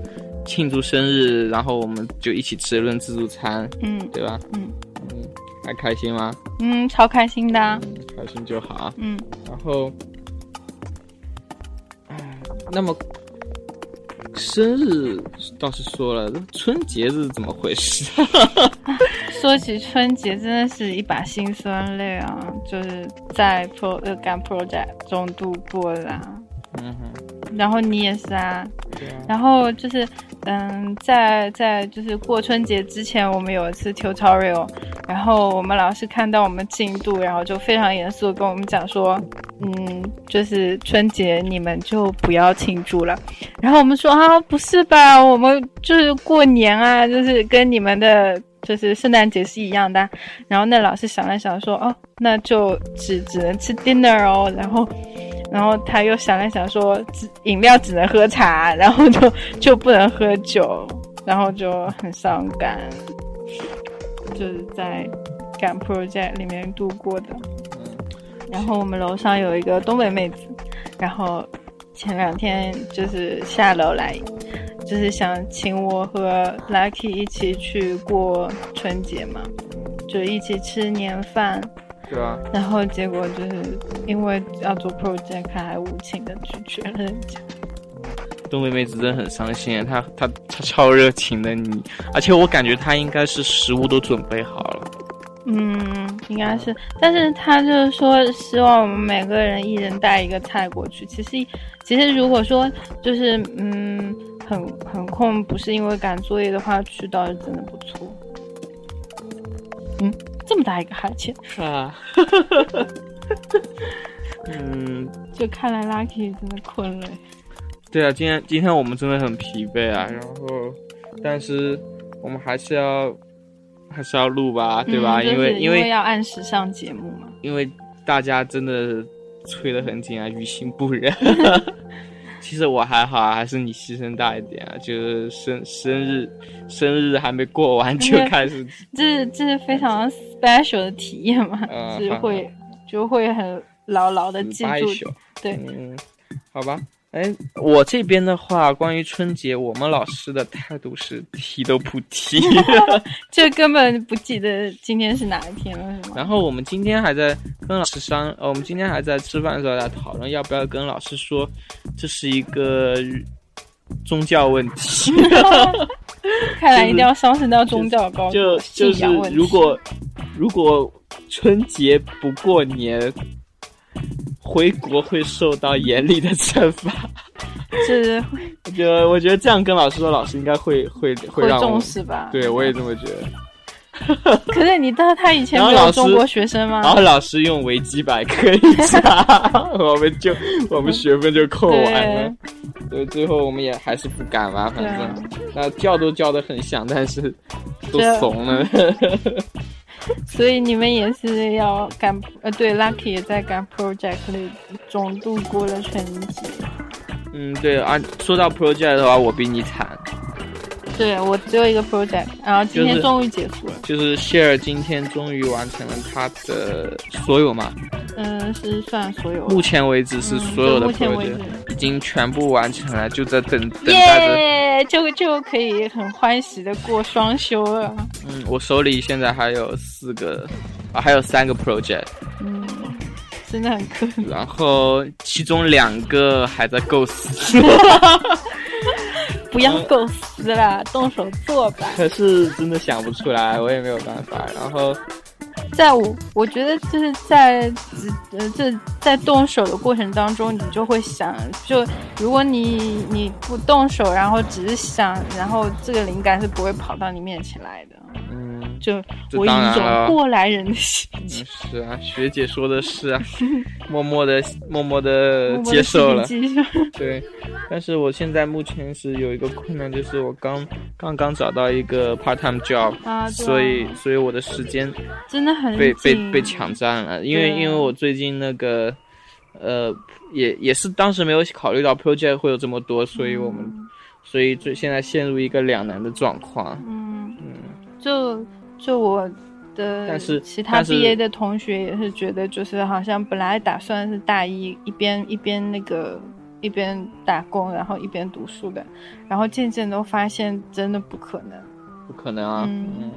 [SPEAKER 2] 庆祝生日，然后我们就一起吃了顿自助餐，
[SPEAKER 3] 嗯
[SPEAKER 2] 对吧？
[SPEAKER 3] 嗯
[SPEAKER 2] 嗯，还开心吗？
[SPEAKER 3] 嗯，超开心的啊，
[SPEAKER 2] 嗯，开心就好。
[SPEAKER 3] 嗯
[SPEAKER 2] 然后，唉那么生日倒是说了，春节是怎么回事？ [laughs]
[SPEAKER 3] 说起春节，真的是一把辛酸泪啊，就是在 pro 呃干 project 中度过的啊。
[SPEAKER 2] 嗯哼，
[SPEAKER 3] 然后你也是啊，
[SPEAKER 2] 对啊。
[SPEAKER 3] 然后就是，嗯，在在就是过春节之前，我们有一次 tutorial，然后我们老师看到我们进度，然后就非常严肃地跟我们讲说，嗯，就是春节你们就不要庆祝了。然后我们说啊，不是吧？我们就是过年啊，就是跟你们的就是圣诞节是一样的。啊然后那老师想了想说，哦，那就只只能吃 dinner 哦。然后，然后他又想了想说，只饮料只能喝茶，然后就就不能喝酒，然后就很伤感，就是在赶 project 里面度过的。然后我们楼上有一个东北妹子，然后前两天就是下楼来，就是想请我和 Lucky 一起去过春节嘛，就一起吃年饭。
[SPEAKER 2] 对啊。
[SPEAKER 3] 然后结果就是因为要做 project，他还无情的拒绝了人家。
[SPEAKER 2] 东北妹子真的很伤心、啊，她她她超热情的你，而且我感觉她应该是食物都准备好了。
[SPEAKER 3] 嗯，应该是，但是他就是说，希望我们每个人一人带一个菜过去。其实，其实如果说就是嗯，很很空，不是因为赶作业的话，去倒是真的不错。嗯，这么大一个哈欠
[SPEAKER 2] 啊！ [laughs] 嗯，
[SPEAKER 3] 就看来 Lucky 真的困了。
[SPEAKER 2] 对啊，今天今天我们真的很疲惫啊，然后，但是我们还是要。还是要录吧，对吧？
[SPEAKER 3] 嗯就是、
[SPEAKER 2] 因为
[SPEAKER 3] 因
[SPEAKER 2] 为
[SPEAKER 3] 要按时上节目嘛。
[SPEAKER 2] 因为大家真的催得很紧啊，于心不
[SPEAKER 3] [laughs]
[SPEAKER 2] 忍。其实我还好啊，还是你牺牲大一点啊，就是生生日生日还没过完就
[SPEAKER 3] 哎
[SPEAKER 2] 开始。
[SPEAKER 3] 这是这是非常 special 的体验嘛，嗯、 [laughs] 就是会、嗯、就会很牢牢的记住。对，
[SPEAKER 2] 嗯，好吧。哎，我这边的话，关于春节，我们老师的态度是提都不
[SPEAKER 3] [laughs]
[SPEAKER 2] 提，
[SPEAKER 3] 就根本不记得今天是哪一天了，是吗？
[SPEAKER 2] 然后我们今天还在跟老师商，呃、哦，我们今天还在吃饭的时候在讨论要不要跟老师说，这是一个宗教问题。
[SPEAKER 3] 看来一定要上升到 [laughs] 宗教高度，
[SPEAKER 2] 就就是如果如果春节不过年。回国会受到严厉的惩罚，
[SPEAKER 3] 是会。
[SPEAKER 2] 我觉得，我觉得这样跟老师说，老师应该会会
[SPEAKER 3] 会
[SPEAKER 2] 让
[SPEAKER 3] 重视吧？
[SPEAKER 2] 对，我也这么觉得。
[SPEAKER 3] 可是你知道他以前没有中国学生吗？
[SPEAKER 2] 然后老师啊用维基百科一查， [laughs] 我们就我们学分就扣完了。所以最后我们也还是不敢嘛，反正
[SPEAKER 3] 啊
[SPEAKER 2] 那叫都叫的很响，但是都怂了。
[SPEAKER 3] 所以你们也是要赶呃，对，Lucky 也在赶 project 里中度过了春节。
[SPEAKER 2] [laughs] 嗯，对啊，说到 project 的话，我比你惨。
[SPEAKER 3] 对，我只有一个 project，然后今天终于结束了。
[SPEAKER 2] 就是、就是、Share 今天终于完成了他的所有嘛？
[SPEAKER 3] 嗯、呃，是算所有。
[SPEAKER 2] 目前为止是所有的 project、
[SPEAKER 3] 嗯、
[SPEAKER 2] 已经全部完成了，就在等等待着。
[SPEAKER 3] 耶，就就可以很欢喜的过双休了。
[SPEAKER 2] 嗯，我手里现在还有四个，啊，还有三个 project。
[SPEAKER 3] 嗯，真的很可怜。
[SPEAKER 2] 然后其中两个还在构思。
[SPEAKER 3] 不要
[SPEAKER 2] 嗯
[SPEAKER 3] 构思啦，动手做吧。
[SPEAKER 2] [laughs] 可是真的想不出来，我也没有办法。然后，
[SPEAKER 3] 在我我觉得就是在呃这在动手的过程当中，你就会想，就如果你你不动手，然后只是想，然后这个灵感是不会跑到你面前来的。
[SPEAKER 2] 嗯，
[SPEAKER 3] 就我以一种过来人的心情、
[SPEAKER 2] 嗯。是啊，学姐说的是啊， [laughs] 默默的默默的 [laughs] 接受了。
[SPEAKER 3] 默默
[SPEAKER 2] 对，但是我现在目前是有一个困难，就是我刚刚刚找到一个 part time job，、
[SPEAKER 3] 啊、
[SPEAKER 2] 所以所以我的时间
[SPEAKER 3] 真的很
[SPEAKER 2] 被被被抢占了，因为因为我最近那个呃也也是当时没有考虑到 project 会有这么多，所以我们、
[SPEAKER 3] 嗯、
[SPEAKER 2] 所以最现在陷入一个两难的状况。
[SPEAKER 3] 嗯
[SPEAKER 2] 嗯。
[SPEAKER 3] 就就我的，
[SPEAKER 2] 但是
[SPEAKER 3] 其他毕业的同学也是觉得，就是好像本来打算是大一一边一边那个一边打工，然后一边读书的，然后渐渐都发现真的不可能，
[SPEAKER 2] 不可能啊！
[SPEAKER 3] 嗯，
[SPEAKER 2] 嗯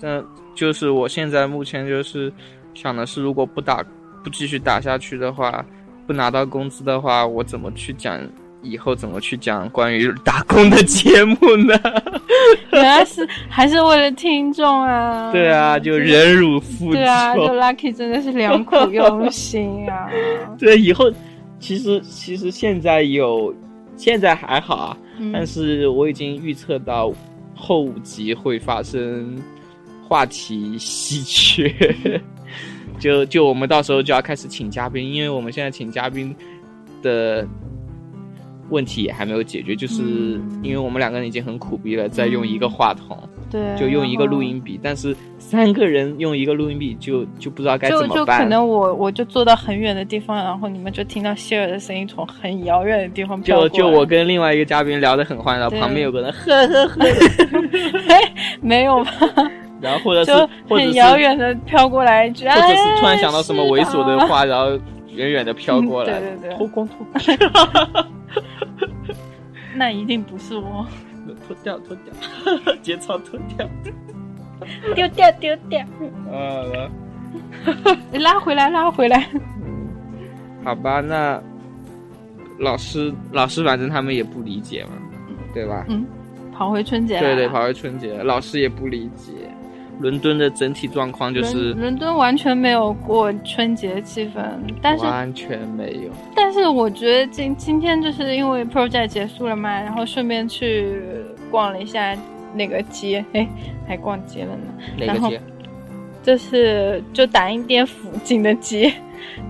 [SPEAKER 2] 但就是我现在目前就是想的是，如果不打不继续打下去的话，不拿到工资的话，我怎么去讲？以后怎么去讲关于打工的节目呢？ [laughs]
[SPEAKER 3] 原来是还是为了听众啊！
[SPEAKER 2] [laughs] 对啊，就忍辱负重。
[SPEAKER 3] 对啊，就 Lucky 真的是良苦用
[SPEAKER 2] [laughs]
[SPEAKER 3] 心啊！
[SPEAKER 2] 对，以后其实其实现在有，现在还好啊、
[SPEAKER 3] 嗯，
[SPEAKER 2] 但是我已经预测到后
[SPEAKER 3] 嗯
[SPEAKER 2] 五集会发生话题稀缺。 [laughs] 就就我们到时候就要开始请嘉宾，因为我们现在请嘉宾的问题也还没有解决，就是
[SPEAKER 3] 嗯
[SPEAKER 2] 因为我们两个人已经很苦逼了，在用一个话筒，
[SPEAKER 3] 对，啊
[SPEAKER 2] 就用一个录音笔，但是三个人用一个录音笔就就不知道该怎么办。
[SPEAKER 3] 就就可能我我就坐到很远的地方，然后你们就听到希尔的声音从很遥远的地方
[SPEAKER 2] 就
[SPEAKER 3] 飘过
[SPEAKER 2] 就
[SPEAKER 3] 来
[SPEAKER 2] 我跟另外一个嘉宾聊得很欢乐，
[SPEAKER 3] 对
[SPEAKER 2] 旁边有个人呵呵呵，
[SPEAKER 3] 哎没有吧？
[SPEAKER 2] 然后或者
[SPEAKER 3] 就是
[SPEAKER 2] 或者
[SPEAKER 3] 很
[SPEAKER 2] 是
[SPEAKER 3] 遥远的飘过来一句，
[SPEAKER 2] 或
[SPEAKER 3] 或
[SPEAKER 2] 者是突然想到什么猥琐的话，然后远远的飘过来，
[SPEAKER 3] 嗯对对对
[SPEAKER 2] 脱光脱光，
[SPEAKER 3] 那一定不是我，
[SPEAKER 2] 脱掉脱掉，节操脱掉，
[SPEAKER 3] 丢掉丢掉，
[SPEAKER 2] [laughs] 呃，
[SPEAKER 3] 拉回来拉回来，
[SPEAKER 2] 好吧，那老师老师反正他们也不理解嘛，对吧？
[SPEAKER 3] 嗯，啊跑回春节了，
[SPEAKER 2] 对对，跑回春节，老师也不理解。伦敦的整体状况就是
[SPEAKER 3] 伦伦敦完全没有过春节气氛，但是
[SPEAKER 2] 完全没有，
[SPEAKER 3] 但是我觉得今今天就是因为 project 结束了嘛，然后顺便去逛了一下那个街，哎，还逛街了呢，
[SPEAKER 2] 哪
[SPEAKER 3] 然
[SPEAKER 2] 个
[SPEAKER 3] 后
[SPEAKER 2] 街？
[SPEAKER 3] 就是就打印店附近的街，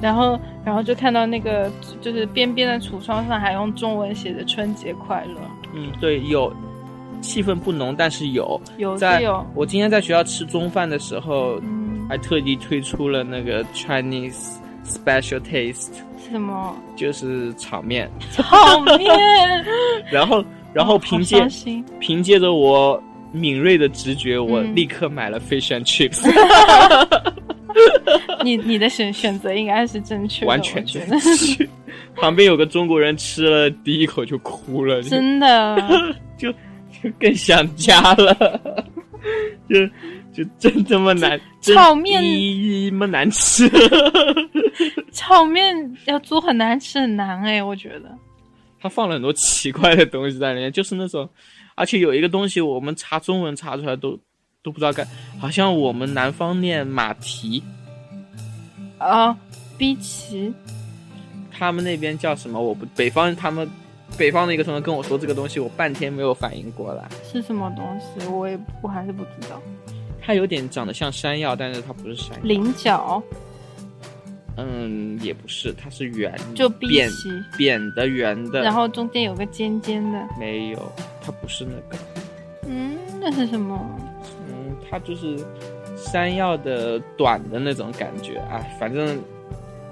[SPEAKER 3] 然后然后就看到那个就是边边的橱窗上还用中文写着“春节快乐
[SPEAKER 2] 嗯，对，有气氛不浓，但是有。”，
[SPEAKER 3] 有
[SPEAKER 2] 在
[SPEAKER 3] 是有，
[SPEAKER 2] 我今天在学校吃中饭的时候，
[SPEAKER 3] 嗯，
[SPEAKER 2] 还特地推出了那个 Chinese Special Taste，
[SPEAKER 3] 是
[SPEAKER 2] [laughs]
[SPEAKER 3] 什么
[SPEAKER 2] 就是炒
[SPEAKER 3] [laughs]
[SPEAKER 2] 面。
[SPEAKER 3] 泡面？
[SPEAKER 2] 然后，然后凭
[SPEAKER 3] 哦好
[SPEAKER 2] 借
[SPEAKER 3] 伤心
[SPEAKER 2] 凭借着我敏锐的直觉，我
[SPEAKER 3] 嗯
[SPEAKER 2] 立刻买了 fish and chips，
[SPEAKER 3] [laughs] 你你的选选择应该是正确的，
[SPEAKER 2] 完
[SPEAKER 3] 我
[SPEAKER 2] 全
[SPEAKER 3] 觉
[SPEAKER 2] 正
[SPEAKER 3] 得
[SPEAKER 2] 确。旁边有个中国人吃了第一口就哭了，就 [laughs]
[SPEAKER 3] 真的。
[SPEAKER 2] 就更想家
[SPEAKER 3] [laughs]
[SPEAKER 2] 了，就就真他妈难，真
[SPEAKER 3] 炒面
[SPEAKER 2] 一妈难吃。
[SPEAKER 3] 炒面要做很难吃很难哎，我觉得。
[SPEAKER 2] 他放了很多奇怪的东西在里面，就是那种，而且有一个东西我们查中文查出来都都不知道该，好像我们南方念马蹄，
[SPEAKER 3] 啊，逼奇
[SPEAKER 2] 他们那边叫什么？我不北方他们北方的一个同学跟我说这个东西，我半天没有反应过来。
[SPEAKER 3] 是什么东西？我也我还是不知道。
[SPEAKER 2] 它有点长得像山药，但是它不是山药，
[SPEAKER 3] 菱角
[SPEAKER 2] 嗯，也不是，它是圆，
[SPEAKER 3] 就逼
[SPEAKER 2] 扁
[SPEAKER 3] 奇，
[SPEAKER 2] 扁的圆的，
[SPEAKER 3] 然后中间有个尖尖的，
[SPEAKER 2] 没有，它不是那个，
[SPEAKER 3] 嗯，那是什么？
[SPEAKER 2] 嗯，它就是山药的短的那种感觉啊，哎反正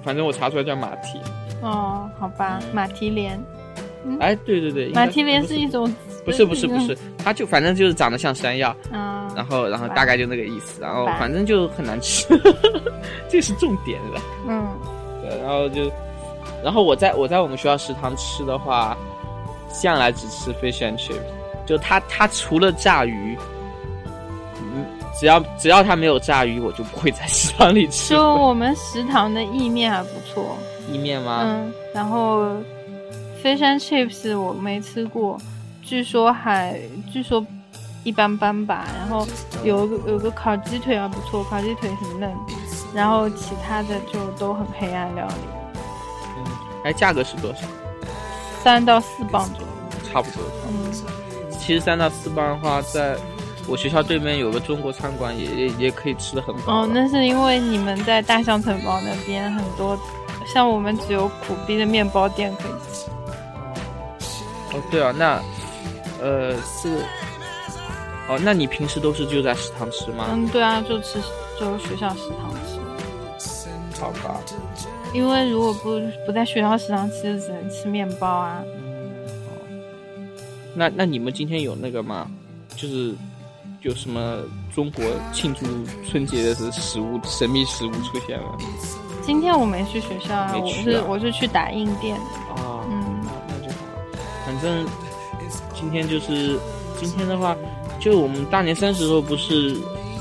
[SPEAKER 2] 反正我查出来叫马蹄。
[SPEAKER 3] 哦，好吧，马蹄莲，
[SPEAKER 2] 哎，对对对，应该
[SPEAKER 3] 马蹄莲
[SPEAKER 2] 不
[SPEAKER 3] 是一种，
[SPEAKER 2] 不是不是不是，它就反正就是长得像山药，
[SPEAKER 3] [laughs] 啊，
[SPEAKER 2] 然后然后
[SPEAKER 3] 好吧
[SPEAKER 2] 大概就那个意思，然后
[SPEAKER 3] 好吧
[SPEAKER 2] 反正就很难吃， [laughs] 这是重点了。
[SPEAKER 3] 嗯，
[SPEAKER 2] 对，然后就，然后我在我在我们学校食堂吃的话，向来只吃 fish and chips，就它它除了炸鱼，嗯，只要只要它没有炸鱼，我就不会在食堂里吃
[SPEAKER 3] 就我们食堂的意面还不错，
[SPEAKER 2] 意面吗？
[SPEAKER 3] 嗯，然后 fish and chips 我没吃过，据说还据说一般般吧。然后有个有个烤鸡腿还不错，烤鸡腿很嫩，然后其他的就都很黑暗料理，
[SPEAKER 2] 嗯，哎，价格是多少？
[SPEAKER 3] 三到四磅左右。
[SPEAKER 2] 差不多。
[SPEAKER 3] 嗯，
[SPEAKER 2] 其实三到四磅的话，在我学校对面有个中国餐馆也，也也可以吃的很饱啊
[SPEAKER 3] 哦
[SPEAKER 2] 了。，
[SPEAKER 3] 那是因为你们在大象城堡那边很多，像我们只有苦逼的面包店可以吃。
[SPEAKER 2] 哦，对啊，那呃是，哦，那你平时都是就在食堂吃吗？
[SPEAKER 3] 嗯，对啊，就吃就学校食堂吃。
[SPEAKER 2] 好吧。
[SPEAKER 3] 因为如果不不在学校食堂吃，只能吃面包啊。
[SPEAKER 2] 那那你们今天有那个吗？就是有什么中国庆祝春节的食物神秘食物出现了？
[SPEAKER 3] 今天我没去学校啊，
[SPEAKER 2] 没
[SPEAKER 3] 我
[SPEAKER 2] 去
[SPEAKER 3] 是
[SPEAKER 2] 啊
[SPEAKER 3] 我是去打印店的。
[SPEAKER 2] 啊
[SPEAKER 3] 嗯，
[SPEAKER 2] 那就好了。反正今天就是今天的话，就我们大年三十的时候不是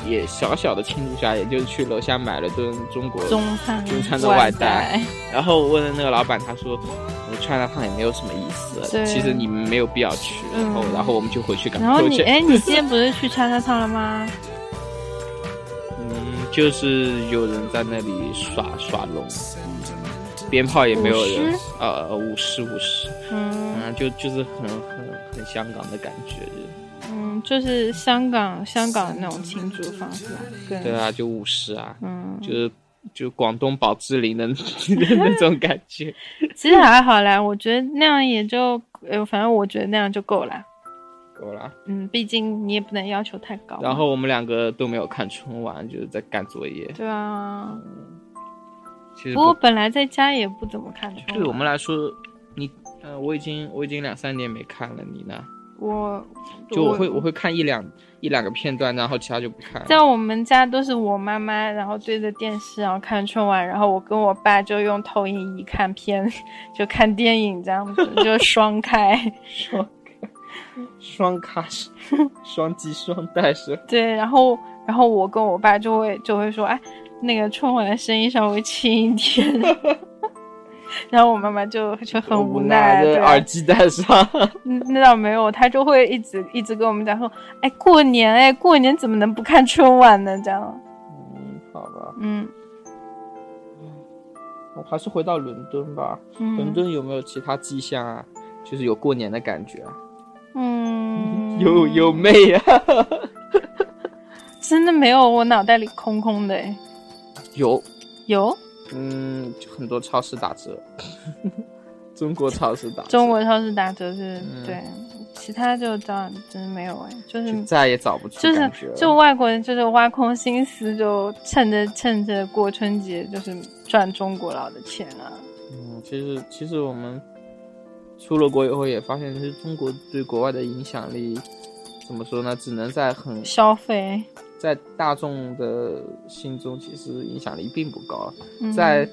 [SPEAKER 2] 也小小的庆祝下，也就去楼下买了顿中国
[SPEAKER 3] 中餐
[SPEAKER 2] 中餐的
[SPEAKER 3] 外
[SPEAKER 2] 外带，然后问了那个老板，他说我穿那胖也没有什么意思，
[SPEAKER 3] 对
[SPEAKER 2] 其实你们没有必要去。然后
[SPEAKER 3] 嗯
[SPEAKER 2] 然后我们就回去赶
[SPEAKER 3] 然后你
[SPEAKER 2] project
[SPEAKER 3] 哎，你今天不是去叉叉唱了吗？
[SPEAKER 2] 嗯，就是有人在那里耍耍龙，鞭炮也没有人
[SPEAKER 3] 舞狮，
[SPEAKER 2] 呃，呃舞狮舞狮， [laughs]
[SPEAKER 3] 嗯
[SPEAKER 2] 嗯，就就是很很很香港的感觉，就
[SPEAKER 3] 嗯，就是香港香港那种庆祝方式啊，跟
[SPEAKER 2] 对啊，就舞狮啊，
[SPEAKER 3] 嗯
[SPEAKER 2] 就是就广东宝芝林的 [laughs] 那种感觉。
[SPEAKER 3] 其
[SPEAKER 2] 嗯
[SPEAKER 3] 实还好啦，我觉得那样也就，呃，反正我觉得那样就 [laughs] 够了。
[SPEAKER 2] 够了。
[SPEAKER 3] 嗯，毕竟你也不能要求太高。
[SPEAKER 2] 然后我们两个都没有看春晚，就是在干作业。
[SPEAKER 3] 对啊。
[SPEAKER 2] 其实
[SPEAKER 3] 不过本来在家也不怎么看春晚。
[SPEAKER 2] 对我们来说，你呃，我已经我已经两三年没看了，你呢？
[SPEAKER 3] 我
[SPEAKER 2] 就我会我会看一两一两个片段，然后其他就不看了。
[SPEAKER 3] 在我们家都是我妈妈，然后对着电视，然后看春晚，然后我跟我爸就用投影仪看片， [laughs] 就看电影这样子，就双开，
[SPEAKER 2] [laughs] 双双卡
[SPEAKER 3] [laughs]
[SPEAKER 2] 双击双待是。
[SPEAKER 3] 对，然后然后我跟我爸就会就会说，哎，那个春晚的声音稍微轻一点。然后我妈妈就就很
[SPEAKER 2] 无
[SPEAKER 3] 奈，啊对嗯
[SPEAKER 2] 耳机戴
[SPEAKER 3] [laughs]
[SPEAKER 2] 上。
[SPEAKER 3] 那倒没有，她就会一直一直跟我们讲说：“哎，过年哎，过年怎么能不看春晚呢？”这样。
[SPEAKER 2] 嗯，好吧。
[SPEAKER 3] 嗯，
[SPEAKER 2] 我还是回到伦敦吧。
[SPEAKER 3] 嗯、
[SPEAKER 2] 伦敦有没有其他迹象啊？就是有过年的感觉啊？[laughs]
[SPEAKER 3] 嗯，
[SPEAKER 2] 有有妹啊！
[SPEAKER 3] 真的没有，我脑袋里空空的哎。
[SPEAKER 2] [laughs] 有
[SPEAKER 3] 有。
[SPEAKER 2] 嗯，很多超市打折， [laughs] 中国超市打折，
[SPEAKER 3] 中国超市打折是、
[SPEAKER 2] 嗯、
[SPEAKER 3] 对，其他就找真没有哎，就是
[SPEAKER 2] 再也找不出，
[SPEAKER 3] 就是就外国人就是挖空心思，就趁着趁着过春节，就是赚中国佬的钱啊。
[SPEAKER 2] 嗯，其实其实我们出了国以后也发现，就是中国对国外的影响力，怎么说呢？只能在很
[SPEAKER 3] 消费。
[SPEAKER 2] 在大众的心中，其实影响力并不高，
[SPEAKER 3] 嗯、
[SPEAKER 2] 在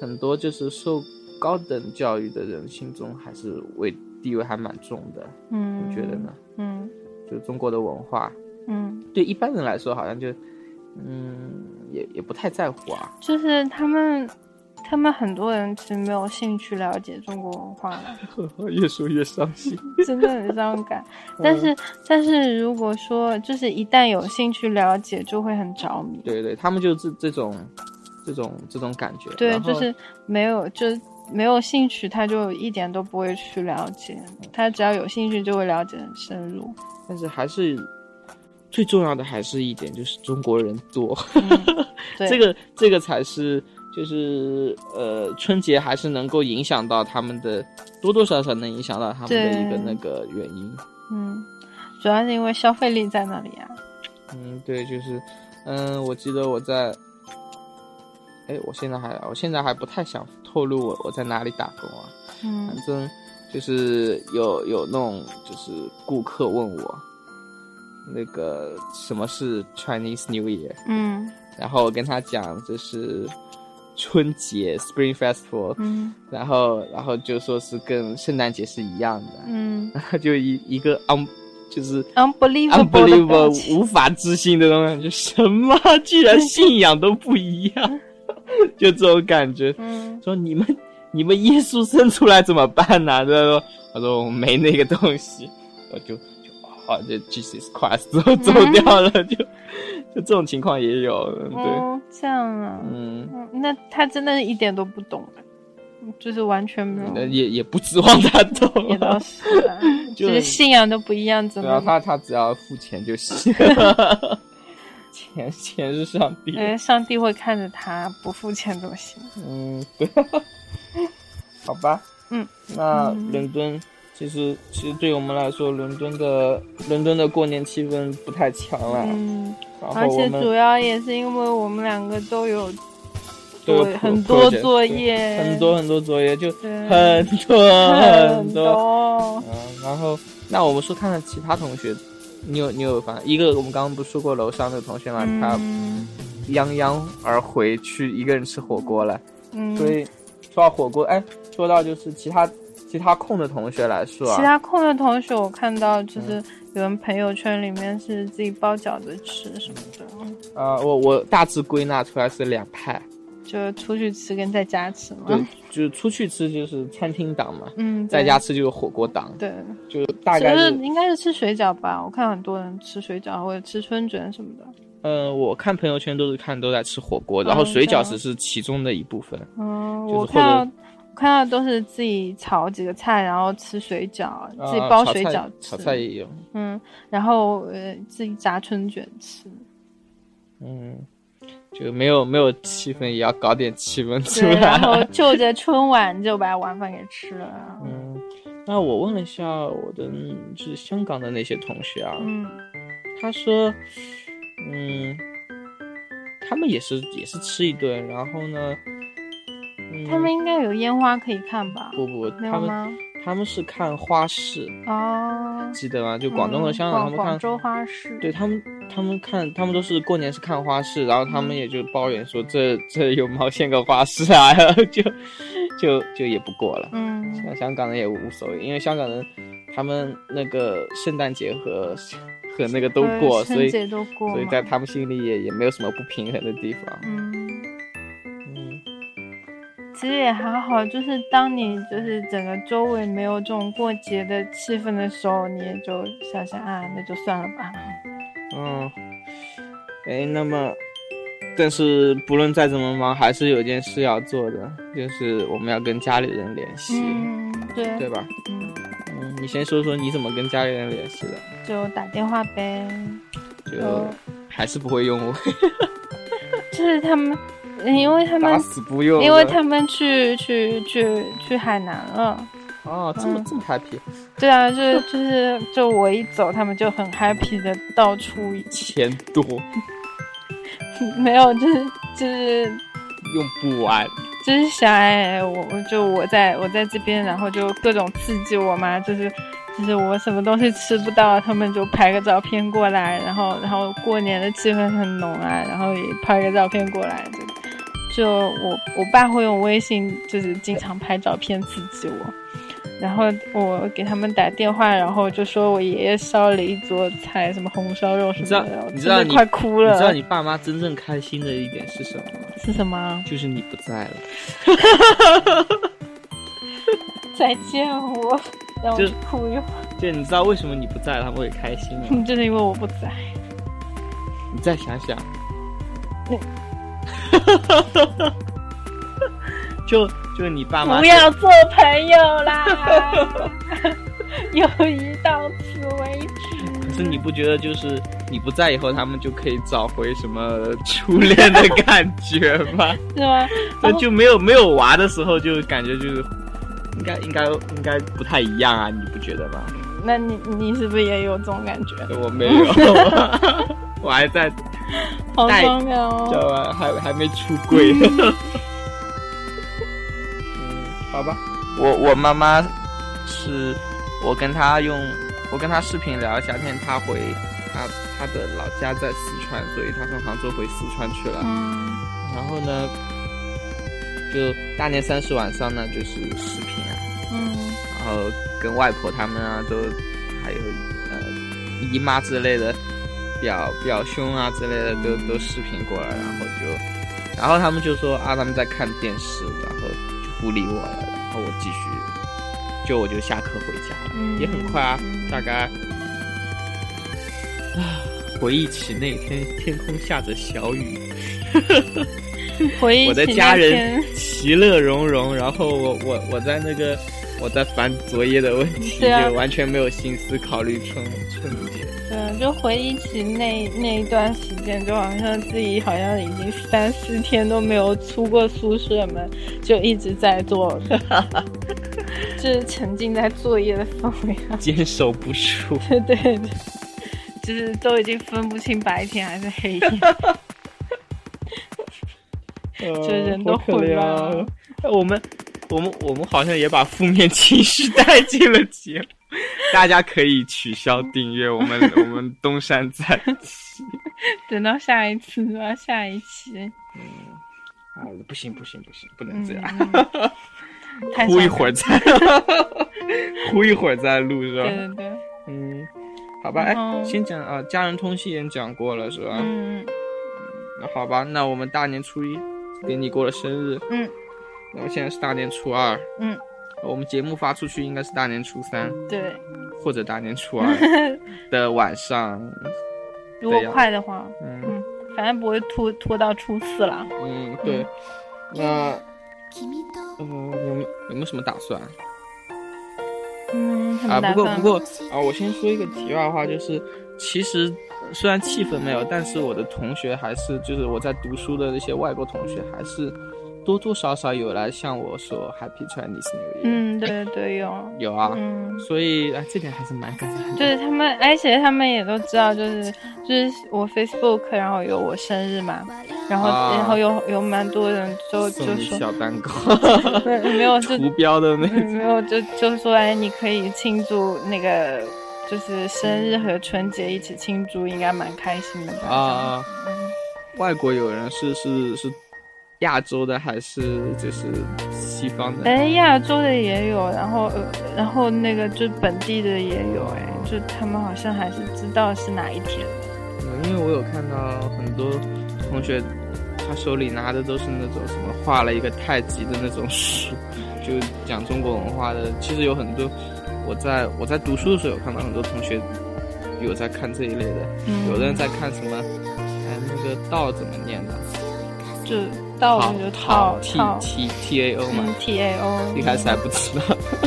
[SPEAKER 2] 很多就是受高等教育的人心中，还是位地位还蛮重的。
[SPEAKER 3] 嗯，
[SPEAKER 2] 你觉得呢？
[SPEAKER 3] 嗯，
[SPEAKER 2] 就中国的文化，
[SPEAKER 3] 嗯，
[SPEAKER 2] 对一般人来说，好像就，嗯，也也不太在乎啊。
[SPEAKER 3] 就是他们，他们很多人其实没有兴趣了解中国文化，
[SPEAKER 2] [laughs] 越说越伤心，
[SPEAKER 3] 真的很伤感。
[SPEAKER 2] 嗯
[SPEAKER 3] 但是，但是如果说就是一旦有兴趣了解，就会很着迷。
[SPEAKER 2] [laughs] 对对，他们就这这种，这种这种感觉。
[SPEAKER 3] 对，
[SPEAKER 2] 然后
[SPEAKER 3] 就是没有，就是没有兴趣，他就一点都不会去了解。他只要有兴趣，就会了解很深入。
[SPEAKER 2] 但是还是最重要的还是一点，就是中国人多，
[SPEAKER 3] 嗯对
[SPEAKER 2] 这个这个才是就是呃春节还是能够影响到他们的，多多少少能影响到他们的
[SPEAKER 3] 对
[SPEAKER 2] 一个那个原因。
[SPEAKER 3] 嗯，主要是因为消费力在那里啊。
[SPEAKER 2] 嗯，对，就是嗯，我记得我在，哎，我现在还我现在还不太想透露我我在哪里打工啊，
[SPEAKER 3] 嗯
[SPEAKER 2] 反正就是有有那种就是顾客问我。那个什么是 Chinese New Year？
[SPEAKER 3] 嗯
[SPEAKER 2] 然后我跟他讲这是春节 Spring Festival，、
[SPEAKER 3] 嗯
[SPEAKER 2] 然后然后就说是跟圣诞节是一样的，
[SPEAKER 3] 嗯
[SPEAKER 2] 然后就一一个 un 就是
[SPEAKER 3] [laughs] ，unbelievable 的表
[SPEAKER 2] unbelievable
[SPEAKER 3] 情
[SPEAKER 2] 无法置信的那种感觉，什么居然信仰都不一样， [laughs] 就这种感觉。
[SPEAKER 3] 嗯
[SPEAKER 2] 说你们你们耶稣生出来怎么办呢、他说他说我没那个东西，我就就哦，就 Jesus Christ 走
[SPEAKER 3] 嗯
[SPEAKER 2] 走掉了， [laughs] 就就这种情况也有，嗯对。
[SPEAKER 3] 哦，这样啊。
[SPEAKER 2] 嗯，
[SPEAKER 3] 嗯，那他真的是一点都不懂，啊就是完全没有。
[SPEAKER 2] 那也也不指望他懂
[SPEAKER 3] 也倒
[SPEAKER 2] 啊，
[SPEAKER 3] 是
[SPEAKER 2] [laughs]
[SPEAKER 3] 啊，
[SPEAKER 2] 就
[SPEAKER 3] 就是信仰都不一样，怎
[SPEAKER 2] 对啊，
[SPEAKER 3] 么？
[SPEAKER 2] 他他只要付钱就行，
[SPEAKER 3] [laughs]
[SPEAKER 2] 钱钱是上帝的，
[SPEAKER 3] 呃，上帝会看着他，不付钱都行。
[SPEAKER 2] 嗯，对， [laughs] 好吧，
[SPEAKER 3] 嗯，
[SPEAKER 2] 那
[SPEAKER 3] 嗯
[SPEAKER 2] 伦敦其实其实对我们来说，伦敦的伦敦的过年气氛不太强了，
[SPEAKER 3] 嗯，
[SPEAKER 2] 然
[SPEAKER 3] 而
[SPEAKER 2] 后我
[SPEAKER 3] 且主
[SPEAKER 2] 们
[SPEAKER 3] 要也是因为我们两个都有
[SPEAKER 2] 都有
[SPEAKER 3] 对
[SPEAKER 2] pro-
[SPEAKER 3] 很多
[SPEAKER 2] project，
[SPEAKER 3] 作
[SPEAKER 2] 对
[SPEAKER 3] 业，
[SPEAKER 2] 很多很多作业就
[SPEAKER 3] 对
[SPEAKER 2] 很多
[SPEAKER 3] 很
[SPEAKER 2] 多。
[SPEAKER 3] 多。
[SPEAKER 2] 嗯，然后那我们说看看其他同学，你有你有反一个我们刚刚不是说过楼上的同学嘛，他
[SPEAKER 3] 嗯
[SPEAKER 2] 泱泱而回去一个人吃火锅了，
[SPEAKER 3] 嗯，
[SPEAKER 2] 所以说到火锅，哎，说到就是其他其他空的同学来说
[SPEAKER 3] 其
[SPEAKER 2] 啊，
[SPEAKER 3] 他空的同学，我看到
[SPEAKER 2] 嗯
[SPEAKER 3] 就是有人朋友圈里面是自己包饺子吃什么的，
[SPEAKER 2] 呃，我我大致归纳出来是两派，
[SPEAKER 3] 就出去吃跟在家吃嘛。
[SPEAKER 2] 对，就是出去吃就是餐厅党嘛，
[SPEAKER 3] 嗯，
[SPEAKER 2] 在
[SPEAKER 3] 对
[SPEAKER 2] 家吃就是火锅党，
[SPEAKER 3] 对，
[SPEAKER 2] 就是大
[SPEAKER 3] 只
[SPEAKER 2] 概
[SPEAKER 3] 是
[SPEAKER 2] 是，
[SPEAKER 3] 应该是吃水饺吧？我看很多人吃水饺或者吃春卷什么的。
[SPEAKER 2] 嗯、我看朋友圈都是看都在吃火锅，然后
[SPEAKER 3] 嗯
[SPEAKER 2] 水
[SPEAKER 3] 这样
[SPEAKER 2] 饺只是其中的一部分，
[SPEAKER 3] 嗯，
[SPEAKER 2] 就是
[SPEAKER 3] 我
[SPEAKER 2] 或者
[SPEAKER 3] 看到我看到都是自己炒几个菜，然后吃水饺，自己
[SPEAKER 2] 啊
[SPEAKER 3] 包
[SPEAKER 2] 炒
[SPEAKER 3] 水
[SPEAKER 2] 菜
[SPEAKER 3] 饺吃，
[SPEAKER 2] 炒菜也有，
[SPEAKER 3] 嗯，然后呃自己炸春卷吃，
[SPEAKER 2] 嗯，就没有没有气氛，也要搞点气氛出来。[laughs]
[SPEAKER 3] 然后就着春晚就把晚饭给吃了。啊
[SPEAKER 2] 嗯，那我问了一下我的嗯就是香港的那些同学啊，
[SPEAKER 3] 嗯，
[SPEAKER 2] 他说，嗯，他们也是也是吃一顿，然后呢，嗯、
[SPEAKER 3] 他们应该有烟花可以看吧？
[SPEAKER 2] 不不，
[SPEAKER 3] 没
[SPEAKER 2] 他
[SPEAKER 3] 有
[SPEAKER 2] 们
[SPEAKER 3] 吗？
[SPEAKER 2] 他们是看花市，
[SPEAKER 3] 哦，
[SPEAKER 2] 记得吗？就广东和
[SPEAKER 3] 嗯
[SPEAKER 2] 香港
[SPEAKER 3] 广
[SPEAKER 2] 他们看
[SPEAKER 3] 广州花市，
[SPEAKER 2] 对他们，他们看，他们都是过年是看花市，然后他们
[SPEAKER 3] 嗯
[SPEAKER 2] 也就抱怨说这这有毛线个花市啊， [laughs] 然后就就就也不过了。
[SPEAKER 3] 嗯，
[SPEAKER 2] 像香港人也无所谓，因为香港人他们那个圣诞节和 [laughs] 和那个都
[SPEAKER 3] 对
[SPEAKER 2] 过，
[SPEAKER 3] 春
[SPEAKER 2] 所以
[SPEAKER 3] 节都过嘛，
[SPEAKER 2] 所以在他们心里也也没有什么不平衡的地方。
[SPEAKER 3] 嗯。
[SPEAKER 2] 嗯，
[SPEAKER 3] 其实也还好，就是当你就是整个周围没有这种过节的气氛的时候，你也就想想啊，那就算了吧。
[SPEAKER 2] 嗯，哎，那么。但是不论再怎么忙，还是有件事要做的，就是我们要跟家里人联系，
[SPEAKER 3] 嗯，对，
[SPEAKER 2] 对吧？
[SPEAKER 3] 嗯，
[SPEAKER 2] 嗯，你先说说你怎么跟家里人联系的？
[SPEAKER 3] 就打电话呗。
[SPEAKER 2] 就
[SPEAKER 3] 嗯
[SPEAKER 2] 还是不会用我，
[SPEAKER 3] 就是他们，因为他
[SPEAKER 2] 打
[SPEAKER 3] 们，
[SPEAKER 2] 死不用的。
[SPEAKER 3] 因为他们去去去去海南了。
[SPEAKER 2] 哦，这么
[SPEAKER 3] 嗯
[SPEAKER 2] 这么 happy，
[SPEAKER 3] 对啊，就是就是就我一走，他们就很 happy 的到处
[SPEAKER 2] 钱多
[SPEAKER 3] [laughs] 没有，就是就是
[SPEAKER 2] 用不完。
[SPEAKER 3] 就是想哎，我我就我在我在这边，然后就各种刺激我妈，就是就是我什么东西吃不到，他们就拍个照片过来，然后然后过年的气氛很浓啊，然后也拍个照片过来，就就我我爸会用微信，就是经常拍照片刺激我。然后我给他们打电话，然后就说我爷爷烧了一桌菜，什么红烧肉什
[SPEAKER 2] 你知道
[SPEAKER 3] 么的，我
[SPEAKER 2] 你知
[SPEAKER 3] 真
[SPEAKER 2] 道
[SPEAKER 3] 的
[SPEAKER 2] 你
[SPEAKER 3] 快哭
[SPEAKER 2] 你
[SPEAKER 3] 了。
[SPEAKER 2] 知道你爸妈真正开心的一点是什么吗？
[SPEAKER 3] 是什么？啊
[SPEAKER 2] 就是你不在了，
[SPEAKER 3] 再见我，让我
[SPEAKER 2] 就
[SPEAKER 3] 去哭一会儿。
[SPEAKER 2] 就你知道为什么你不在了他们会开心
[SPEAKER 3] [laughs]
[SPEAKER 2] 吗？
[SPEAKER 3] 嗯就是因为我不在。
[SPEAKER 2] 你再想想， [laughs] 就就你爸妈
[SPEAKER 3] 不要做朋友 [laughs] 啦，友谊到此为止。
[SPEAKER 2] 可是你不觉得就是你不在以后，他们就可以找回什么初恋的感觉吗？
[SPEAKER 3] [laughs] 是吗？
[SPEAKER 2] 那
[SPEAKER 3] 然后
[SPEAKER 2] 就没有没有娃的时候，就感觉就是应该应该应该不太一样啊，你不觉得吗？
[SPEAKER 3] 那你你是不是也有这种感觉？
[SPEAKER 2] 我没有， [laughs] 我还在，知
[SPEAKER 3] 好
[SPEAKER 2] 带
[SPEAKER 3] 荒谬哦！
[SPEAKER 2] 道吧？啊还还没出柜。 [laughs] 嗯，好吧，我我妈妈是，我跟她用我跟她视频聊，夏天她回她她的老家在四川，所以她从杭州回四川去了。
[SPEAKER 3] 嗯
[SPEAKER 2] 然后呢，就大年三十晚上呢，就是视频啊。
[SPEAKER 3] 嗯
[SPEAKER 2] 然后跟外婆他们啊，都还有呃姨妈之类的，表表兄啊之类的，都都视频过来，然后就，然后他们就说啊，他们在看电视，然后就不理我了，然后我继续，就我就下课回家了，
[SPEAKER 3] 嗯
[SPEAKER 2] 也很快啊，大概，啊，回忆起那天天空下着小雨，
[SPEAKER 3] 回忆
[SPEAKER 2] 我的
[SPEAKER 3] 起
[SPEAKER 2] 家
[SPEAKER 3] 那
[SPEAKER 2] 人
[SPEAKER 3] 天，
[SPEAKER 2] [laughs] 其乐融融，然后我我我在那个我在烦作业的问题，
[SPEAKER 3] 对啊
[SPEAKER 2] 就完全没有心思考虑春春节。
[SPEAKER 3] 对，嗯就回忆起那那一段时间，就好像自己好像已经三四天都没有出过宿舍门，就一直在 [laughs] 做，就是沉浸在作业的氛围当中。
[SPEAKER 2] 坚守不住， [laughs]
[SPEAKER 3] 对对对，就是都已经分不清白天还是黑
[SPEAKER 2] [laughs]
[SPEAKER 3] 夜。
[SPEAKER 2] 就
[SPEAKER 3] [laughs] 这人都混乱了。
[SPEAKER 2] 啊哎我们，我们，我们好像也把负面情绪带进了节目。大家可以取消订阅我们，我们东山再起。
[SPEAKER 3] 等到下一次，等到下一期，
[SPEAKER 2] 啊，不行不行不行，不能 [laughs]
[SPEAKER 3] 嗯
[SPEAKER 2] 这样，， [laughs]
[SPEAKER 3] 太
[SPEAKER 2] 哭一
[SPEAKER 3] 伤
[SPEAKER 2] 会儿再，哭一会儿再录是吧？
[SPEAKER 3] 对对对，
[SPEAKER 2] 嗯，好吧，哎
[SPEAKER 3] 然，后
[SPEAKER 2] 先讲啊，家人通信也讲过了是吧？
[SPEAKER 3] 嗯
[SPEAKER 2] 那好吧，那我们大年初一给你过了生日，
[SPEAKER 3] 嗯，
[SPEAKER 2] 那么现在是大年初二，
[SPEAKER 3] 嗯，
[SPEAKER 2] 我们节目发出去应该是大年初三
[SPEAKER 3] 对。
[SPEAKER 2] 或者大年初
[SPEAKER 3] [laughs]
[SPEAKER 2] 二的晚上，
[SPEAKER 3] 如果
[SPEAKER 2] 对呀
[SPEAKER 3] 快的话，
[SPEAKER 2] 嗯
[SPEAKER 3] 反正不会拖拖到初四了。
[SPEAKER 2] 嗯，对，那嗯、有没有没有什么打算？
[SPEAKER 3] 嗯，什
[SPEAKER 2] 啊，
[SPEAKER 3] 么打
[SPEAKER 2] 不过啊
[SPEAKER 3] 算？
[SPEAKER 2] 不过啊，我先说一个题外话，就是其实虽然气氛没有，但是我的同学还是就是我在读书的那些外国同学还是。多多少少有来向我说 Happy Chinese New Year。
[SPEAKER 3] 嗯，对对有
[SPEAKER 2] 有啊，
[SPEAKER 3] 嗯，
[SPEAKER 2] 所以啊，这点还是蛮感人的。
[SPEAKER 3] 对他们，而且他们也都知道，就是就是我 Facebook，然后有我生日嘛，然后、
[SPEAKER 2] 啊、
[SPEAKER 3] 然后有有蛮多人就就说
[SPEAKER 2] 小蛋糕，
[SPEAKER 3] 没
[SPEAKER 2] [laughs]
[SPEAKER 3] 没有就
[SPEAKER 2] 图标的那、嗯、
[SPEAKER 3] [laughs] 没有就就说哎，你可以庆祝那个就是生日和春节一起庆祝，应该蛮开心的吧？
[SPEAKER 2] 啊，嗯、外国友人是是是。是亚洲的还是就是西方的？
[SPEAKER 3] 哎，亚洲的也有，然后呃，然后那个就本地的也有，哎，就他们好像还是知道是哪一天。
[SPEAKER 2] 嗯，因为我有看到很多同学，他手里拿的都是那种什么画了一个太极的那种书，就讲中国文化的。其实有很多，我在我在读书的时候有看到很多同学有在看这一类的，
[SPEAKER 3] 嗯、
[SPEAKER 2] 有的人在看什么，哎，那个道怎么念的？
[SPEAKER 3] 就。道就套嗯
[SPEAKER 2] 套 T T T A O 嘛
[SPEAKER 3] ，T A O
[SPEAKER 2] 一开始还不知道，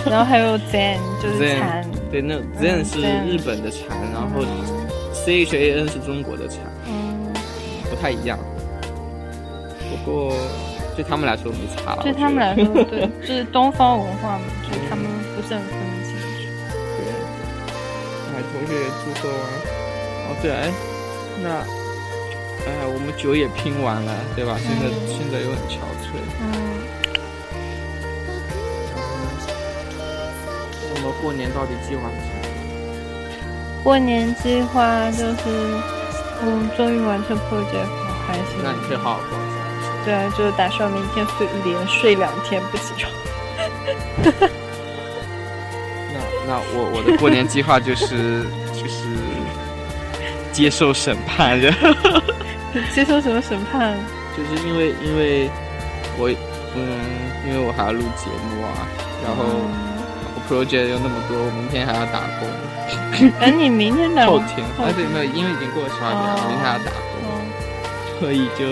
[SPEAKER 3] 然后还有 Zen 嗯就是禅，嗯
[SPEAKER 2] 对，那 Zen 是日本的禅，然后 C H A N 是中国的禅，
[SPEAKER 3] 嗯，
[SPEAKER 2] 不太一样。不过对他们来说没差了，
[SPEAKER 3] 对他们来说，对，就是东方文化嘛，就是他们不是很分得清楚。
[SPEAKER 2] 对，哎，同学也祝贺啊！哦，对，哎，那。哎，我们酒也拼完了，对吧？现在、
[SPEAKER 3] 嗯、
[SPEAKER 2] 现在又很憔悴。
[SPEAKER 3] 嗯。
[SPEAKER 2] 我们过年到底计划是什么？
[SPEAKER 3] 过年计划就是，嗯，终于完成 project，好开心。
[SPEAKER 2] 那你可以好好过。
[SPEAKER 3] 对啊，就打算明天睡连睡两天不起
[SPEAKER 2] [laughs]
[SPEAKER 3] 床。
[SPEAKER 2] 那那我我的过年计划就是 [laughs] 就是。接受审判，然后
[SPEAKER 3] 接受什么审判？
[SPEAKER 2] 就是因为因为我嗯，因为我还要录节目啊，然后、
[SPEAKER 3] 嗯、
[SPEAKER 2] 我 project 又那么多，我明天还要打工。
[SPEAKER 3] 哎、啊，你明天打
[SPEAKER 2] 工？后天？而且、啊、没有，因为已经过了十二点了，
[SPEAKER 3] 哦、
[SPEAKER 2] 明天还要打工，哦、所以就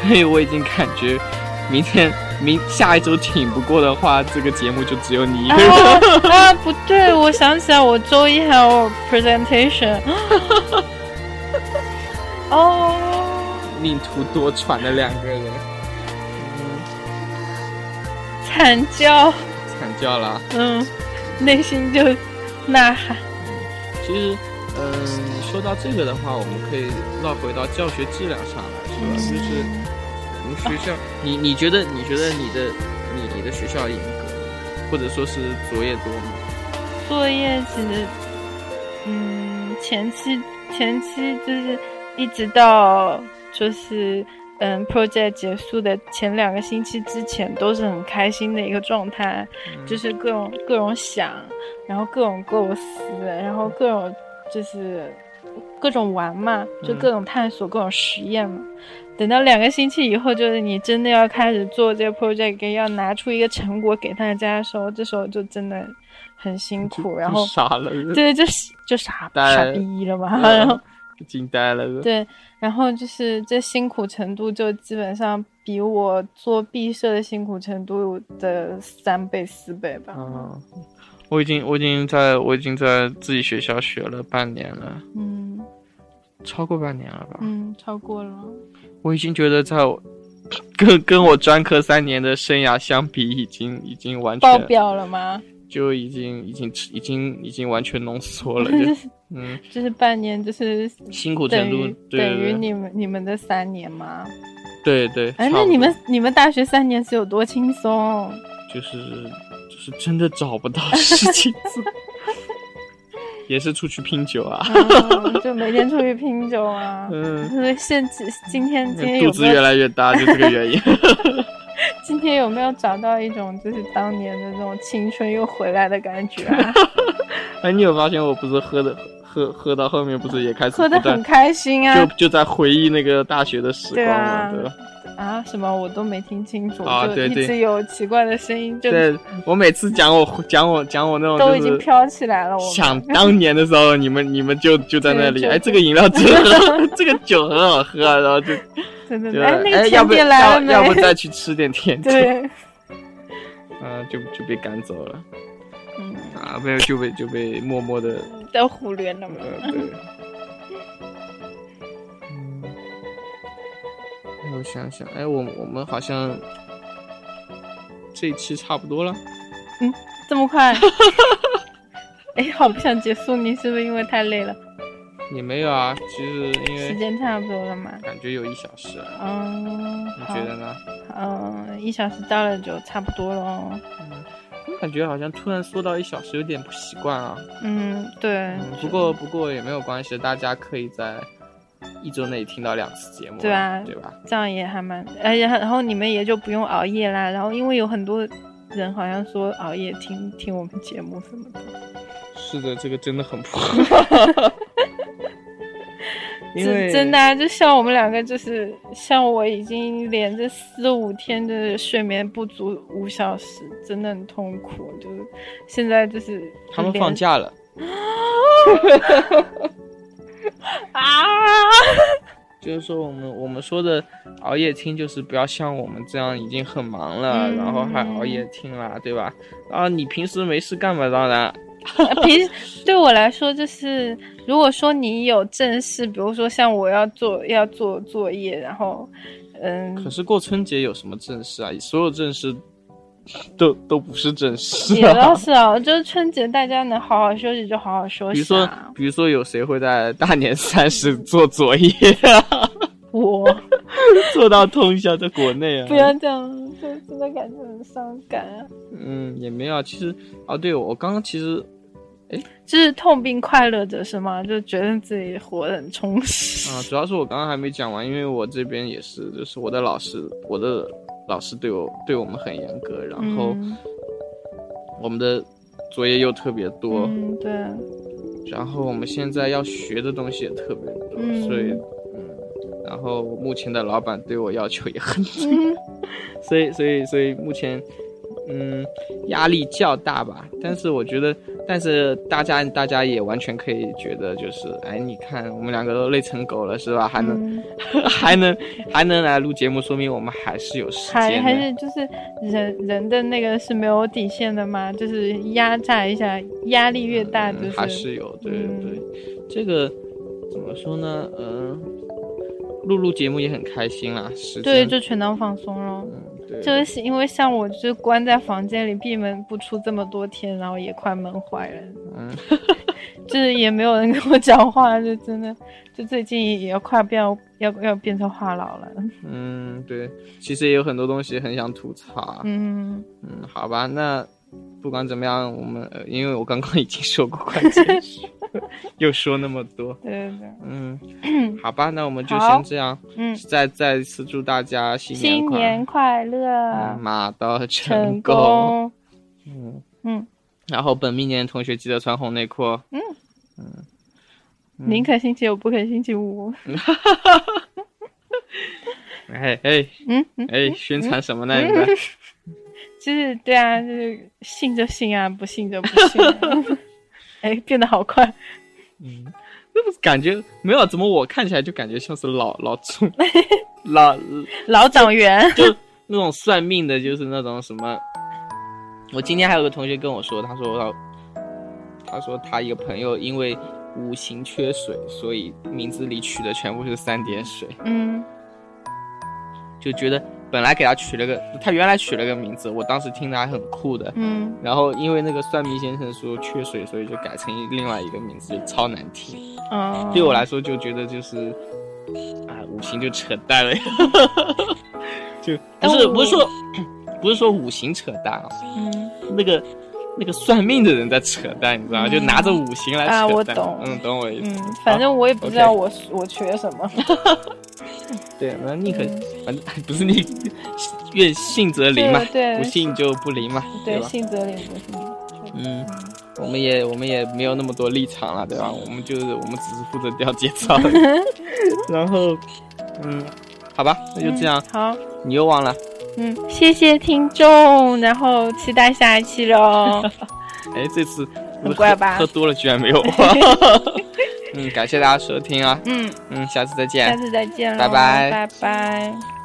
[SPEAKER 2] 所以我已经感觉明天明下一周挺不过的话，这个节目就只有你一个人。
[SPEAKER 3] 啊,啊，不对，我想起来，我周一还有
[SPEAKER 2] [laughs]
[SPEAKER 3] presentation。哦，
[SPEAKER 2] 命途多舛的两个人，嗯
[SPEAKER 3] 惨叫，
[SPEAKER 2] 惨叫了，
[SPEAKER 3] 嗯，内心就呐喊。
[SPEAKER 2] 其实，嗯，说到这个的话，我们可以绕回到教学质量上来说，
[SPEAKER 3] 嗯、
[SPEAKER 2] 就是我们学校，啊、你你觉得你觉得你的你你的学校严格，或者说是作业多吗？
[SPEAKER 3] 作业其实，嗯，前期前期就是。一直到就是嗯，project 结束的前两个星期之前，都是很开心的一个状态，
[SPEAKER 2] 嗯、
[SPEAKER 3] 就是各种各种想，然后各种构思，然后各种就是各种玩嘛，就各种探索，
[SPEAKER 2] 嗯、
[SPEAKER 3] 各种实验嘛。等到两个星期以后，就是你真的要开始做这个 project，要拿出一个成果给大家的时候，这时候就真的很辛苦，然后
[SPEAKER 2] 嗯傻了，
[SPEAKER 3] 对，就就傻傻逼了嘛， [laughs] 然嗯后。
[SPEAKER 2] 惊呆了。
[SPEAKER 3] 对，然后就是这辛苦程度，就基本上比我做毕设的辛苦程度的三倍四倍吧。
[SPEAKER 2] 嗯，我已经我已经在我已经在自己学校学了半年了。
[SPEAKER 3] 嗯，
[SPEAKER 2] 超过半年了吧？
[SPEAKER 3] 嗯，超过了。
[SPEAKER 2] 我已经觉得在跟跟我专科三年的生涯相比，已经已经完全
[SPEAKER 3] 爆表了吗？
[SPEAKER 2] 就已经已经
[SPEAKER 3] [laughs]
[SPEAKER 2] 已经已经完全浓缩了，就嗯，
[SPEAKER 3] 就是半年，就是
[SPEAKER 2] 辛苦程度
[SPEAKER 3] 等于你们你们的三年吗？
[SPEAKER 2] 对对。
[SPEAKER 3] 哎，那你们你们大学三年是有多轻松？
[SPEAKER 2] 就是就是真的找不到事情
[SPEAKER 3] [laughs]
[SPEAKER 2] 做，也是出去拼酒 [laughs] 啊
[SPEAKER 3] 嗯，就每天出去拼酒啊。
[SPEAKER 2] 嗯，
[SPEAKER 3] 就是现今天今天
[SPEAKER 2] 肚子越来越
[SPEAKER 3] [laughs]
[SPEAKER 2] 大，就这个原因。 [laughs]
[SPEAKER 3] 今天有没有找到一种就是当年的那种青春又回来的感觉、啊？
[SPEAKER 2] 哎，你有发现我不是喝的喝喝到后面 [laughs] 不是也开始
[SPEAKER 3] 喝的很开心啊？
[SPEAKER 2] 就就在回忆那个大学的时光
[SPEAKER 3] 嘛，
[SPEAKER 2] 对吧、
[SPEAKER 3] 啊？啊，什么我都没听清楚，
[SPEAKER 2] 啊、
[SPEAKER 3] 就一直有奇怪的声音。就
[SPEAKER 2] 对我每次讲我讲我讲我那种
[SPEAKER 3] 都已经飘起来了。我
[SPEAKER 2] 想当年的时候，你们你们就就在那里，哎，这个饮料真好，
[SPEAKER 3] [laughs]
[SPEAKER 2] 这个酒很好喝，啊然后就。
[SPEAKER 3] 对
[SPEAKER 2] 对
[SPEAKER 3] 哎，那个
[SPEAKER 2] 要不
[SPEAKER 3] 来了
[SPEAKER 2] 要不再去吃点甜 [laughs]
[SPEAKER 3] 点，
[SPEAKER 2] 嗯、呃，就就被赶走了，
[SPEAKER 3] 嗯
[SPEAKER 2] 啊，没有就被就被默默的
[SPEAKER 3] [laughs]
[SPEAKER 2] 嗯
[SPEAKER 3] 都忽略了嘛、
[SPEAKER 2] 呃，对，我想想，哎，我我们好像这一期差不多了。
[SPEAKER 3] 嗯，这
[SPEAKER 2] [laughs]
[SPEAKER 3] 么快？哎好不想结束，你是不是因为太累了？
[SPEAKER 2] 也没有啊，其实因为
[SPEAKER 3] 时间差不多了嘛，
[SPEAKER 2] 感觉有一小时了。
[SPEAKER 3] 嗯，
[SPEAKER 2] 你觉得呢？
[SPEAKER 3] 嗯，一小时到了就差不多了。哦
[SPEAKER 2] 嗯，我感觉好像突然缩到一小时有点不习惯啊。
[SPEAKER 3] 嗯，对。
[SPEAKER 2] 嗯、不过不过也没有关系，大家可以在一周内听到两次节目，
[SPEAKER 3] 对啊，
[SPEAKER 2] 对吧？
[SPEAKER 3] 这样也还蛮，而且然后你们也就不用熬夜啦。然后因为有很多人好像说熬夜听听我们节目什么的。
[SPEAKER 2] 是的，这个真的很破。 [laughs] 因为
[SPEAKER 3] 真真的、啊，就像我们两个，就是像我已经连着四五天的睡眠不足五小时，真的很痛苦。就是现在就是
[SPEAKER 2] 他们放假了
[SPEAKER 3] 啊！
[SPEAKER 2] 就是说我们我们说的熬夜听，就是不要像我们这样已经很忙了，
[SPEAKER 3] 嗯、
[SPEAKER 2] 然后还熬夜听啦，对吧？啊，你平时没事干嘛？当然。
[SPEAKER 3] 啊 [laughs] 平对我来说，就是如果说你有正事，比如说像我要做要做作业，然后，嗯，
[SPEAKER 2] 可是过春节有什么正事啊？所有正事都都不是正事、
[SPEAKER 3] 啊。也倒是啊，就是春节大家能好好休息就好好休息、啊。
[SPEAKER 2] 比如说，比如说有谁会在大年三十
[SPEAKER 3] 嗯
[SPEAKER 2] 做作业、 [laughs] 啊？
[SPEAKER 3] 我
[SPEAKER 2] [laughs] 做到通宵，在国内啊！
[SPEAKER 3] 不要这样，就真的感觉很伤感啊。
[SPEAKER 2] 嗯，也没有、啊。其实啊，对我刚刚其实，哎，
[SPEAKER 3] 就是痛并快乐着是吗？就觉得自己活得很充实
[SPEAKER 2] 啊。主要是我刚刚还没讲完，因为我这边也是，就是我的老师，我的老师对我对我们很严格，然后、
[SPEAKER 3] 嗯、
[SPEAKER 2] 我们的作业又特别多，
[SPEAKER 3] 嗯，对。
[SPEAKER 2] 然后我们现在要学的东西也特别多，
[SPEAKER 3] 嗯、
[SPEAKER 2] 所以。嗯然后目前的老板对我要求也很低、嗯， [laughs] 所以所以所以目前，嗯，压力较大吧。但是我觉得，但是大家大家也完全可以觉得，就是哎，你看我们两个都累成狗了，是吧？还能、
[SPEAKER 3] 嗯、
[SPEAKER 2] 还能还能来录节目，说明我们还是有时间。
[SPEAKER 3] 还还是就是人人的那个是没有底线的嘛，就是压榨一下，压力越大就是、嗯、嗯
[SPEAKER 2] 还是有，对对对，这个怎么说呢？嗯。录录节目也很开心啦，是。
[SPEAKER 3] 对，就全当放松了。
[SPEAKER 2] 嗯，对。
[SPEAKER 3] 就是因为像我，就关在房间里闭门不出这么多天，然后也快闷坏了。
[SPEAKER 2] 嗯。
[SPEAKER 3] 就是也没有人跟我讲话，就真的，就最近也要快变要要变成话痨了。
[SPEAKER 2] 嗯，对。其实也有很多东西很想吐槽。啊
[SPEAKER 3] 嗯
[SPEAKER 2] 嗯，好吧，那不管怎么样，我们、呃、因为我刚刚 [laughs] 已经说过快结束。又说那么多，
[SPEAKER 3] 对对对，
[SPEAKER 2] 嗯好吧，那我们就先这样，
[SPEAKER 3] 嗯，
[SPEAKER 2] 再再一次祝大家新
[SPEAKER 3] 年新年快乐，
[SPEAKER 2] 嗯、马到
[SPEAKER 3] 成
[SPEAKER 2] 功，嗯
[SPEAKER 3] 嗯，
[SPEAKER 2] 然后本命年同学记得穿红内裤，哦
[SPEAKER 3] 嗯
[SPEAKER 2] 嗯，
[SPEAKER 3] 宁可星期五不可星期五，
[SPEAKER 2] 哎哎
[SPEAKER 3] 嗯
[SPEAKER 2] 哎，宣传什么呢？你们
[SPEAKER 3] [laughs] 就是对啊，就是信就信啊，不信就不信、啊。
[SPEAKER 2] [laughs]
[SPEAKER 3] 哎，变得好快，
[SPEAKER 2] 嗯，那不感觉没有？怎么我看起来就感觉像是老老
[SPEAKER 3] [laughs]
[SPEAKER 2] 中老
[SPEAKER 3] 老
[SPEAKER 2] [laughs]
[SPEAKER 3] 党员，
[SPEAKER 2] 就那种算命的，就是那种什么。我今天还有个同学跟我说，他说他他说他一个朋友因为五行缺水，所以名字里取的全部是三点水。
[SPEAKER 3] 嗯，
[SPEAKER 2] 就觉得本来给他取了个，他原来取了个名字，我当时听的还很酷的。
[SPEAKER 3] 嗯。
[SPEAKER 2] 然后因为那个算命先生说缺水，所以就改成另外一个名字，就超难听。
[SPEAKER 3] 嗯，
[SPEAKER 2] 对我来说就觉得就是啊，五行就扯淡了， [laughs] 就不是不是说不是说五行扯淡啊，
[SPEAKER 3] 嗯，
[SPEAKER 2] 那个那个算命的人在扯淡，你知道吗？
[SPEAKER 3] 嗯、
[SPEAKER 2] 就拿着五行来扯淡。啊，
[SPEAKER 3] 我懂，
[SPEAKER 2] 嗯，懂我意思。
[SPEAKER 3] 嗯，反正我也不知道我、啊 okay、我缺什
[SPEAKER 2] [laughs]
[SPEAKER 3] 么。
[SPEAKER 2] 对，那宁可反正哎不是你，愿信则灵嘛，不信就不灵嘛，
[SPEAKER 3] 对
[SPEAKER 2] 吧？
[SPEAKER 3] 信则灵，不信。
[SPEAKER 2] [laughs] 嗯，我们也我们也没有那么多立场了，对吧？我们就是我们只是负责调节操。 [laughs] 然后，嗯，好吧，那就这样。
[SPEAKER 3] 嗯、好，
[SPEAKER 2] 你又忘了。
[SPEAKER 3] 嗯，谢谢听众，然后期待下一期
[SPEAKER 2] [laughs]
[SPEAKER 3] 喽。
[SPEAKER 2] 哎这次
[SPEAKER 3] 很怪吧？
[SPEAKER 2] 喝多了居然没有 [laughs] 忘。嗯，感谢大家收听啊！
[SPEAKER 3] 嗯
[SPEAKER 2] 嗯，下次再见，
[SPEAKER 3] 下次再见，
[SPEAKER 2] 拜
[SPEAKER 3] 拜，拜拜。